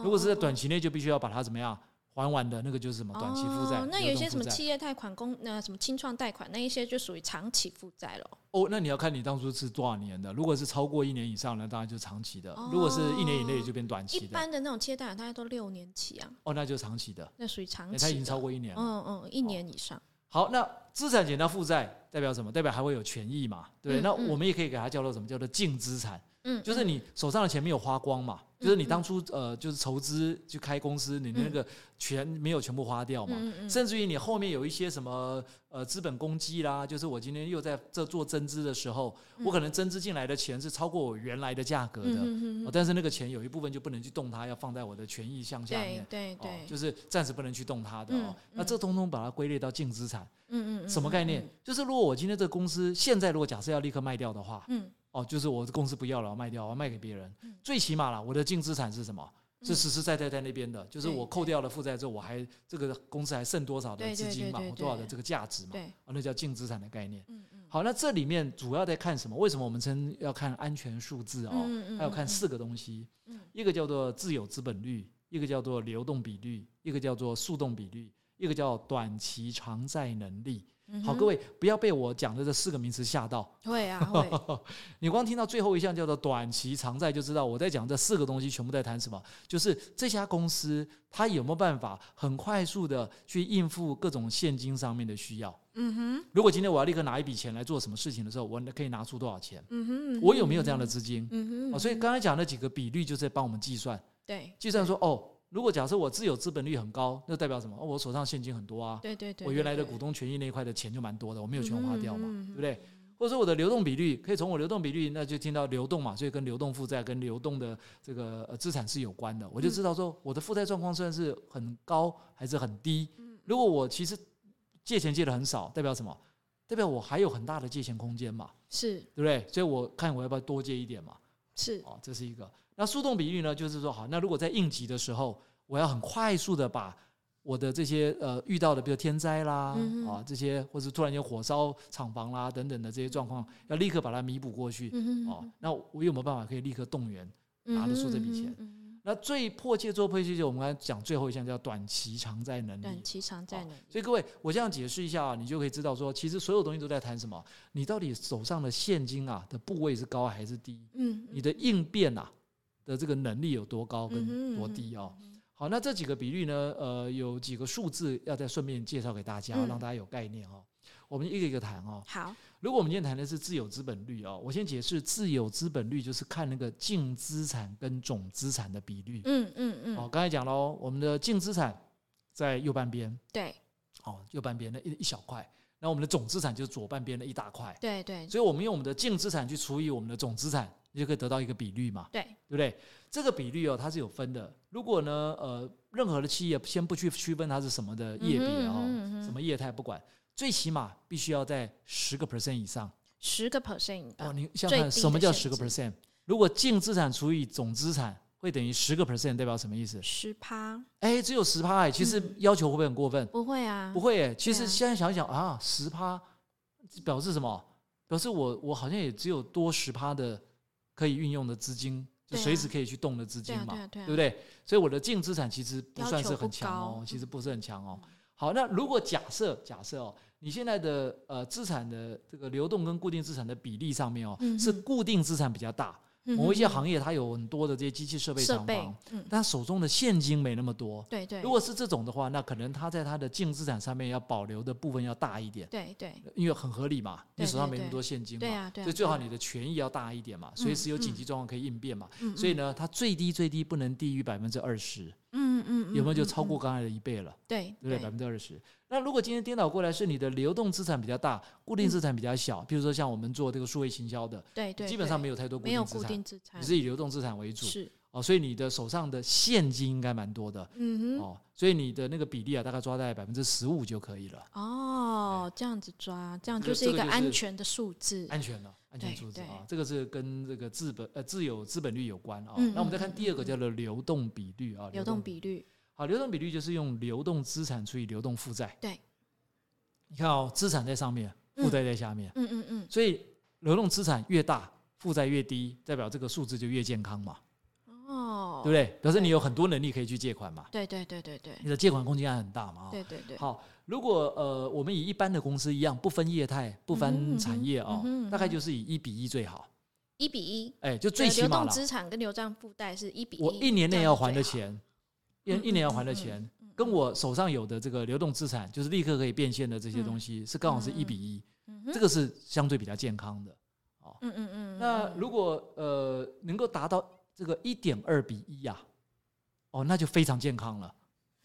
[SPEAKER 3] 的
[SPEAKER 1] 如果是在短
[SPEAKER 3] 哦
[SPEAKER 1] 期内，就必须要把它怎么样还完的，那个就是什么短期负债。
[SPEAKER 3] 哦那
[SPEAKER 1] 流
[SPEAKER 3] 有一
[SPEAKER 1] 动
[SPEAKER 3] 些什么
[SPEAKER 1] 负债
[SPEAKER 3] 企业贷款、公那什么清创贷款，那一些就属于长期负债了。
[SPEAKER 1] 哦，那你要看你当初是多少年的。如果是超过一年以上呢，当然就长期的；如果是一年以内，就变短
[SPEAKER 3] 哦一
[SPEAKER 1] 期的。
[SPEAKER 3] 般的那种企业贷款，大概都六年期啊，
[SPEAKER 1] 哦，那就长期的，
[SPEAKER 3] 那属于长
[SPEAKER 1] 哎
[SPEAKER 3] 期。
[SPEAKER 1] 它已经超。过一年了。哦
[SPEAKER 3] 嗯嗯，一年以上。
[SPEAKER 1] 好，那资产减掉负债代表什么？代表还会有权益嘛，对不对？
[SPEAKER 3] 嗯
[SPEAKER 1] 那
[SPEAKER 3] 嗯
[SPEAKER 1] 我们也可以给它叫做什么？叫做净资产。
[SPEAKER 3] 嗯，
[SPEAKER 1] 就是你手上的钱没有花光嘛，
[SPEAKER 3] 嗯
[SPEAKER 1] 就是你当初呃就是筹资去开公司，你的那个钱没有全部花掉嘛，
[SPEAKER 3] 嗯嗯嗯
[SPEAKER 1] 甚至于你后面有一些什么呃资本公积啦，就是我今天又在这做增资的时候，我可能增资进来的钱是超过我原来的价格的，
[SPEAKER 3] 嗯嗯嗯
[SPEAKER 1] 哦但是那个钱有一部分就不能去动它，要放在我的权益项下
[SPEAKER 3] 对
[SPEAKER 1] 面。
[SPEAKER 3] 对
[SPEAKER 1] 哦
[SPEAKER 3] 对，，
[SPEAKER 1] 就是暂时不能去动它的哦
[SPEAKER 3] 嗯，
[SPEAKER 1] 那这通通把它归类到净资产，
[SPEAKER 3] 嗯嗯，
[SPEAKER 1] 什么概念？？就是如果我今天这个公司现在如果假设要立刻卖掉的话，
[SPEAKER 3] 嗯，
[SPEAKER 1] 哦，就是我公司不要了，我卖掉，我要卖给别人。最起码啦，我的净资产是什么？
[SPEAKER 3] 嗯
[SPEAKER 1] 是实实在在在那边的，就是
[SPEAKER 3] 对
[SPEAKER 1] 我扣掉了负债之后，我还这个公司还剩多少的
[SPEAKER 3] 对
[SPEAKER 1] 资
[SPEAKER 3] 对
[SPEAKER 1] 金
[SPEAKER 3] 对
[SPEAKER 1] 嘛，
[SPEAKER 3] 对
[SPEAKER 1] 我多少
[SPEAKER 3] 对
[SPEAKER 1] 的这个价值嘛，
[SPEAKER 3] 对，
[SPEAKER 1] 哦，那叫净资产的概念。
[SPEAKER 3] 嗯嗯
[SPEAKER 1] 好，那这里面主要在看什么？为什么我们称要看安全数字哦？
[SPEAKER 3] 嗯嗯
[SPEAKER 1] 还有看
[SPEAKER 3] 嗯
[SPEAKER 1] 四个东西，
[SPEAKER 3] 嗯
[SPEAKER 1] 一个叫做自有资本率，一个叫做流动比率，一个叫做速动比率，一个叫短期偿债能力。
[SPEAKER 3] 嗯，
[SPEAKER 1] 好，各位不要被我讲的这四个名词吓到，
[SPEAKER 3] 会啊会，
[SPEAKER 1] 你光听到最后一项叫做短期偿债，就知道我在讲这四个东西全部在谈什么，就是这家公司它有没有办法很快速的去应付各种现金上面的需要。
[SPEAKER 3] 嗯哼
[SPEAKER 1] 如果今天我要立刻拿一笔钱来做什么事情的时候，我可以拿出多少钱？
[SPEAKER 3] 嗯哼，
[SPEAKER 1] 我有没有这样的资金？
[SPEAKER 3] 嗯
[SPEAKER 1] 哦，
[SPEAKER 3] 哼，
[SPEAKER 1] 所以刚才讲那几个比率就是在帮我们计算，
[SPEAKER 3] 对
[SPEAKER 1] 计算说哦，如果假设我自有资本率很高，那代表什么？哦，我手上现金很多啊，
[SPEAKER 3] 对对对，
[SPEAKER 1] 我原来的股东权益那一块的钱就蛮多的，我没有全花掉嘛，
[SPEAKER 3] 嗯嗯嗯
[SPEAKER 1] 对不对？或者说我的流动比率，可以从我流动比率，那就听到流动嘛，所以跟流动负债跟流动的这个呃资产是有关的，
[SPEAKER 3] 嗯
[SPEAKER 1] 我就知道说我的负债状况算是很高还是很低。
[SPEAKER 3] 嗯
[SPEAKER 1] 如果我其实借钱借的很少，代表什么？代表我还有很大的借钱空间嘛，
[SPEAKER 3] 是
[SPEAKER 1] 对不对？所以我看我要不要多借一点嘛。
[SPEAKER 3] 是，
[SPEAKER 1] 哦，这是一个。那速动比喻呢，就是说，好，那如果在应急的时候，我要很快速的把我的这些呃遇到的，比如天灾啦、
[SPEAKER 3] 嗯哼
[SPEAKER 1] 啊这些，或是突然间火烧厂房啦等等的这些状况，要立刻把它弥补过去。
[SPEAKER 3] 嗯
[SPEAKER 1] 哦，那我有没有办法可以立刻动员？拿得出这笔钱
[SPEAKER 3] 嗯嗯
[SPEAKER 1] 那最迫切、做迫切就是我们刚才讲最后一项叫短期偿债能
[SPEAKER 3] 嗯
[SPEAKER 1] 力。
[SPEAKER 3] 短期偿债能力，
[SPEAKER 1] 所以各位，我这样解释一下啊，你就可以知道说，其实所有东西都在谈什么？你到底手上的现金啊的部位是高还是低？
[SPEAKER 3] 嗯，
[SPEAKER 1] 你的应变啊的这个能力有多高跟
[SPEAKER 3] 嗯哼
[SPEAKER 1] 多低哦？好，那这几个比率呢，呃，有几个数字要再顺便介绍给大家，
[SPEAKER 3] 嗯
[SPEAKER 1] 让大家有概念哦。我们一个一个谈哦。
[SPEAKER 3] 好，
[SPEAKER 1] 如果我们今天谈的是自有资本率哦，我先解释自有资本率就是看那个净资产跟总资产的比率。
[SPEAKER 3] 嗯嗯嗯，
[SPEAKER 1] 哦，刚才讲喽，我们的净资产在右半边，
[SPEAKER 3] 对
[SPEAKER 1] 哦，右半边的一一小块，那我们的总资产就是左半边的一大块，
[SPEAKER 3] 对对
[SPEAKER 1] 所以我们用我们的净资产去除以我们的总资产，你就可以得到一个比率嘛，
[SPEAKER 3] 对，
[SPEAKER 1] 对不对？这个比率哦，它是有分的。如果呢，呃，任何的企业先不去区分它是什么的业别
[SPEAKER 3] 嗯
[SPEAKER 1] 哦，
[SPEAKER 3] 哼嗯哼
[SPEAKER 1] 什么业态不管，最起码必须要在十个 percent 以上。
[SPEAKER 3] 十个 percent 以
[SPEAKER 1] 哦，
[SPEAKER 3] 上，
[SPEAKER 1] 你想
[SPEAKER 3] 啊最
[SPEAKER 1] 想看
[SPEAKER 3] 低
[SPEAKER 1] 什么
[SPEAKER 3] 的
[SPEAKER 1] 叫
[SPEAKER 3] 限
[SPEAKER 1] 十个
[SPEAKER 3] 制
[SPEAKER 1] percent？如果净资产除以总资产会等于十个 percent，代表什么意思？
[SPEAKER 3] 十趴
[SPEAKER 1] 哎，只有十趴哎，其实
[SPEAKER 3] 嗯
[SPEAKER 1] 要求会不会很过分？
[SPEAKER 3] 不会啊，
[SPEAKER 1] 不会耶，其
[SPEAKER 3] 对
[SPEAKER 1] 实
[SPEAKER 3] 啊
[SPEAKER 1] 现在想一想啊，十趴表示什么？表示我我好像也只有多十趴的可以运用的资金，就
[SPEAKER 3] 对啊
[SPEAKER 1] 随时可以去动的资金嘛，
[SPEAKER 3] 对啊对啊对啊
[SPEAKER 1] 不对？所以我的净资产其实不
[SPEAKER 3] 要
[SPEAKER 1] 算
[SPEAKER 3] 求
[SPEAKER 1] 是
[SPEAKER 3] 不
[SPEAKER 1] 很强哦
[SPEAKER 3] 高，嗯
[SPEAKER 1] 其实不是很强哦。好，那如果假设假设哦，你现在的呃资产的这个流动跟固定资产的比例上面哦，
[SPEAKER 3] 嗯
[SPEAKER 1] 是
[SPEAKER 3] 哼
[SPEAKER 1] 固定资产比较大，
[SPEAKER 3] 嗯
[SPEAKER 1] 某一些
[SPEAKER 3] 哼
[SPEAKER 1] 行业它有很多的这些机器设备
[SPEAKER 3] 设
[SPEAKER 1] 厂
[SPEAKER 3] 备
[SPEAKER 1] 房，，
[SPEAKER 3] 嗯，
[SPEAKER 1] 但手中的现金没那么多，
[SPEAKER 3] 对对
[SPEAKER 1] 如，果是这种的话，那可能他在他的净资产上面要保留的部分要大一点，
[SPEAKER 3] 对对
[SPEAKER 1] 因为很合理嘛，
[SPEAKER 3] 对
[SPEAKER 1] 你手上
[SPEAKER 3] 对
[SPEAKER 1] 没那么
[SPEAKER 3] 对
[SPEAKER 1] 多现金嘛，
[SPEAKER 3] 对啊对啊，
[SPEAKER 1] 所以最好
[SPEAKER 3] 对啊
[SPEAKER 1] 你的权益要大一点嘛，随时有
[SPEAKER 3] 嗯
[SPEAKER 1] 紧急状况可以应变嘛。
[SPEAKER 3] 嗯
[SPEAKER 1] 所以呢，它最低最低不能低于百分之二十，
[SPEAKER 3] 嗯嗯，
[SPEAKER 1] 有没有
[SPEAKER 3] 嗯
[SPEAKER 1] 就超？
[SPEAKER 3] 嗯
[SPEAKER 1] 过刚才的一倍了？
[SPEAKER 3] 对
[SPEAKER 1] 对不对？百分之二十。那如果今天颠倒过来，是你的流动资产比较大，固定资产比较小，比如说像我们做这个数位行销的，
[SPEAKER 3] 嗯对对，
[SPEAKER 1] 基本上
[SPEAKER 3] 对
[SPEAKER 1] 没有太多固
[SPEAKER 3] 没有
[SPEAKER 1] 定资
[SPEAKER 3] 固
[SPEAKER 1] 产，
[SPEAKER 3] 定资产
[SPEAKER 1] 你，是以流动资产为主
[SPEAKER 3] 是，
[SPEAKER 1] 哦，所以你的手上的现金应该蛮多的。
[SPEAKER 3] 嗯哼，
[SPEAKER 1] 哦，所以你的那个比例啊，大概抓在百分之十五就可以了，
[SPEAKER 3] 哦，这样子抓，这样
[SPEAKER 1] 这
[SPEAKER 3] 就
[SPEAKER 1] 个
[SPEAKER 3] 是
[SPEAKER 1] 这
[SPEAKER 3] 一
[SPEAKER 1] 个
[SPEAKER 3] 个
[SPEAKER 1] 就
[SPEAKER 3] 安
[SPEAKER 1] 是
[SPEAKER 3] 全的数字，
[SPEAKER 1] 安全了，安全
[SPEAKER 3] 对
[SPEAKER 1] 数字啊
[SPEAKER 3] 对，
[SPEAKER 1] 这个是跟这个资本呃自有资本率有关啊。
[SPEAKER 3] 嗯
[SPEAKER 1] 那我们再看
[SPEAKER 3] 嗯
[SPEAKER 1] 第二个叫做流动比率啊，
[SPEAKER 3] 流动比率，
[SPEAKER 1] 好，流动比率就是用流动资产除以流动负债。
[SPEAKER 3] 对，
[SPEAKER 1] 你看哦，资产在上面，负
[SPEAKER 3] 嗯
[SPEAKER 1] 债在下面，
[SPEAKER 3] 嗯嗯嗯，
[SPEAKER 1] 所以流动资产越大，负债越低，代表这个数字就越健康嘛，
[SPEAKER 3] 哦
[SPEAKER 1] 对不，对？表示你
[SPEAKER 3] 对
[SPEAKER 1] 有很多能力可以去借款嘛，
[SPEAKER 3] 对对对对对
[SPEAKER 1] 你的借款空间还很大嘛啊。
[SPEAKER 3] 对对对，
[SPEAKER 1] 好，如果呃，我们以一般的公司一样，不分业态、不分产业
[SPEAKER 3] 嗯
[SPEAKER 1] 哦，
[SPEAKER 3] 哼嗯哼
[SPEAKER 1] 大概就是以一比一最好。
[SPEAKER 3] 一比一，
[SPEAKER 1] 哎，就最
[SPEAKER 3] 对
[SPEAKER 1] 起
[SPEAKER 3] 流
[SPEAKER 1] 码
[SPEAKER 3] 动
[SPEAKER 1] 了，
[SPEAKER 3] 资产跟流账负债是一比
[SPEAKER 1] 我
[SPEAKER 3] 一
[SPEAKER 1] 一年
[SPEAKER 3] 这
[SPEAKER 1] 内
[SPEAKER 3] 样
[SPEAKER 1] 要
[SPEAKER 3] 是最
[SPEAKER 1] 还的
[SPEAKER 3] 好，
[SPEAKER 1] 钱，一
[SPEAKER 3] 嗯嗯
[SPEAKER 1] 一年要还
[SPEAKER 3] 嗯
[SPEAKER 1] 的
[SPEAKER 3] 嗯
[SPEAKER 1] 钱，跟我手上有的这个流动资产，就是立刻可以变现的这些东西，是刚好是一比一，
[SPEAKER 3] 嗯哼
[SPEAKER 1] 这个是相对比较健康的。
[SPEAKER 3] 嗯嗯嗯，
[SPEAKER 1] 那
[SPEAKER 3] 嗯
[SPEAKER 1] 如果呃能够达到这个一点二比一呀、哦，那就非常健康了。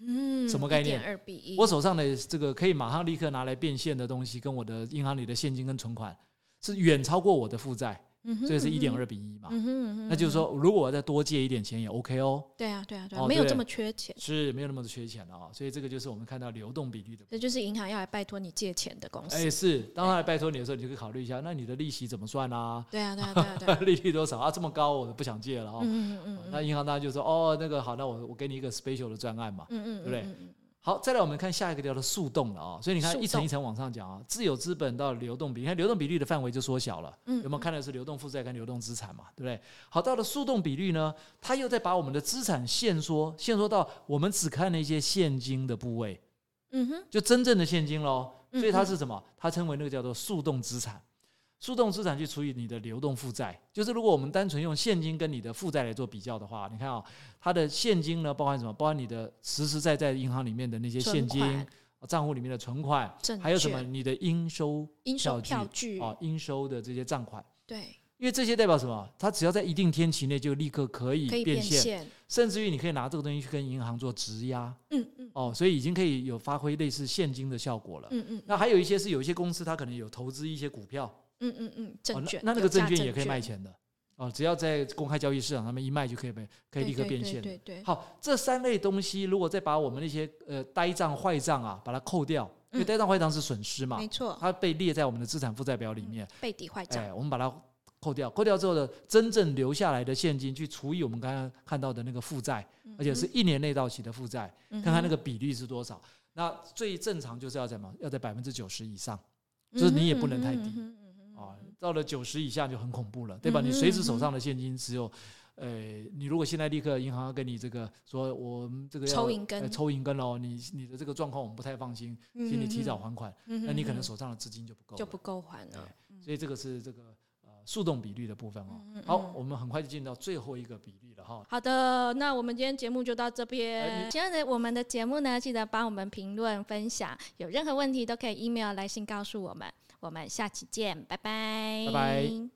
[SPEAKER 3] 嗯
[SPEAKER 1] 什么概念
[SPEAKER 3] 二比一，
[SPEAKER 1] 我手上的这个可以马上立刻拿来变现的东西，跟我的银行里的现金跟存款是远超过我的负债，
[SPEAKER 3] 嗯哼，
[SPEAKER 1] 所以是
[SPEAKER 3] 嗯
[SPEAKER 1] 一点
[SPEAKER 3] 哼
[SPEAKER 1] 二，比一嘛。
[SPEAKER 3] 嗯哼嗯哼，
[SPEAKER 1] 那就
[SPEAKER 3] 嗯
[SPEAKER 1] 是
[SPEAKER 3] 哼，
[SPEAKER 1] 说，如果我再多借一点钱也 OK 哦，
[SPEAKER 3] 对啊对啊对啊，
[SPEAKER 1] 哦
[SPEAKER 3] 没
[SPEAKER 1] 对
[SPEAKER 3] 有
[SPEAKER 1] 不
[SPEAKER 3] 这
[SPEAKER 1] 对
[SPEAKER 3] 么缺钱。
[SPEAKER 1] 是没有那么缺钱的啊、所以这个就是我们看到流动比率的。
[SPEAKER 3] 这就是银行要来拜托你借钱的公司。
[SPEAKER 1] 哎，是，当他来拜托你的时候，你就可以考虑一下，那你的利息怎么算啊？。
[SPEAKER 3] 对啊，对啊，对啊，对啊
[SPEAKER 1] 利率多少啊？这么高，我不想借了哦。
[SPEAKER 3] 嗯嗯嗯嗯
[SPEAKER 1] 那银行当然就说，哦，那个好，那我我给你一个 special 的专案嘛。
[SPEAKER 3] 嗯嗯，
[SPEAKER 1] 对不对
[SPEAKER 3] 嗯？嗯
[SPEAKER 1] 好，再来我们看下一个叫做速动了啊、所以你
[SPEAKER 3] 速
[SPEAKER 1] 看
[SPEAKER 3] 动
[SPEAKER 1] 一层一层往上讲啊，自有资本到流动比，你看流动比率的范围就缩小了，
[SPEAKER 3] 嗯
[SPEAKER 1] 有没有看的是流动负债跟流动资产嘛，对不对？好，到了速动比率呢，它又在把我们的资产限缩，限缩到我们只看那些现金的部位，
[SPEAKER 3] 嗯哼，
[SPEAKER 1] 就真正的现金喽，
[SPEAKER 3] 嗯
[SPEAKER 1] 所以它是什么？它称为那个叫做速动资产。速动资产去除以你的流动负债，就是如果我们单纯用现金跟你的负债来做比较的话，你看啊、它的现金呢包含什么？包含你的实实在在银行里面的那些
[SPEAKER 3] 存
[SPEAKER 1] 现金
[SPEAKER 3] 款、
[SPEAKER 1] 账户里面的存款，
[SPEAKER 3] 证
[SPEAKER 1] 还有什么
[SPEAKER 3] 券
[SPEAKER 1] 你的应收
[SPEAKER 3] 应收票
[SPEAKER 1] 票
[SPEAKER 3] 据？
[SPEAKER 1] 啊、应收的这些账款。
[SPEAKER 3] 对，
[SPEAKER 1] 因为这些代表什么？它只要在一定天期内就立刻可以
[SPEAKER 3] 可以
[SPEAKER 1] 变
[SPEAKER 3] 变
[SPEAKER 1] 现，
[SPEAKER 3] 现。
[SPEAKER 1] 甚至于你可以拿这个东西去跟银行做质押
[SPEAKER 3] 嗯嗯
[SPEAKER 1] 哦，所以已经可以有发挥类似现金的效果了。
[SPEAKER 3] 嗯嗯
[SPEAKER 1] 那还有一些是有一些公司，它可能有投资一些股票，
[SPEAKER 3] 嗯嗯嗯，
[SPEAKER 1] 哦
[SPEAKER 3] 证
[SPEAKER 1] 那
[SPEAKER 3] 券
[SPEAKER 1] 那那
[SPEAKER 3] 有
[SPEAKER 1] 个证
[SPEAKER 3] 价
[SPEAKER 1] 券也可以卖钱的哦，只要在公开交易市场上面一卖就可以被可以立刻
[SPEAKER 3] 对对
[SPEAKER 1] 变现的。
[SPEAKER 3] 对对对，
[SPEAKER 1] 好，这三类东西如果再把我们那些呃呆账、坏账啊，把它扣掉，因为
[SPEAKER 3] 嗯
[SPEAKER 1] 呆账、坏账是损失嘛
[SPEAKER 3] 没，错，
[SPEAKER 1] 它被列在我们的资产负债表里面。
[SPEAKER 3] 背抵坏账。
[SPEAKER 1] 哎，我们把它扣掉，扣掉之后的真正留下来的现金去除以我们刚刚看到的那个负债，而且是一年内到期的负债，
[SPEAKER 3] 嗯嗯哼
[SPEAKER 1] 看看那个比例是多少。那最正常就是要在嘛，要在百分之九十以上
[SPEAKER 3] 嗯哼
[SPEAKER 1] 就是你也不能太
[SPEAKER 3] 嗯
[SPEAKER 1] 低
[SPEAKER 3] 哼嗯哼嗯哼
[SPEAKER 1] 啊，到了九十以下就很恐怖了，对吧？
[SPEAKER 3] 嗯哼
[SPEAKER 1] 你随时手上的现金只有。呃，你如果现在立刻银行要跟你这个说，我们这个要
[SPEAKER 3] 抽银根
[SPEAKER 1] 呃抽银根喽，你你的这个状况我们不太放心，
[SPEAKER 3] 嗯
[SPEAKER 1] 请你
[SPEAKER 3] 嗯
[SPEAKER 1] 提早
[SPEAKER 3] 嗯
[SPEAKER 1] 还款，
[SPEAKER 3] 嗯
[SPEAKER 1] 那你可能
[SPEAKER 3] 嗯
[SPEAKER 1] 手上的资金就不够了，
[SPEAKER 3] 就不够还了。
[SPEAKER 1] 所以这个是这个呃速动比率的部分哦。
[SPEAKER 3] 嗯嗯
[SPEAKER 1] 好，
[SPEAKER 3] 嗯
[SPEAKER 1] 我们很快就进到最后一个比率了哈。
[SPEAKER 3] 好的，那我们今天节目就到这
[SPEAKER 1] 哎
[SPEAKER 3] 边。
[SPEAKER 1] 你
[SPEAKER 3] 喜欢的我们的节目呢，记得帮我们评论、分享，有任何问题都可以 email 来信告诉我们。我们下期见，拜拜，
[SPEAKER 1] 拜拜。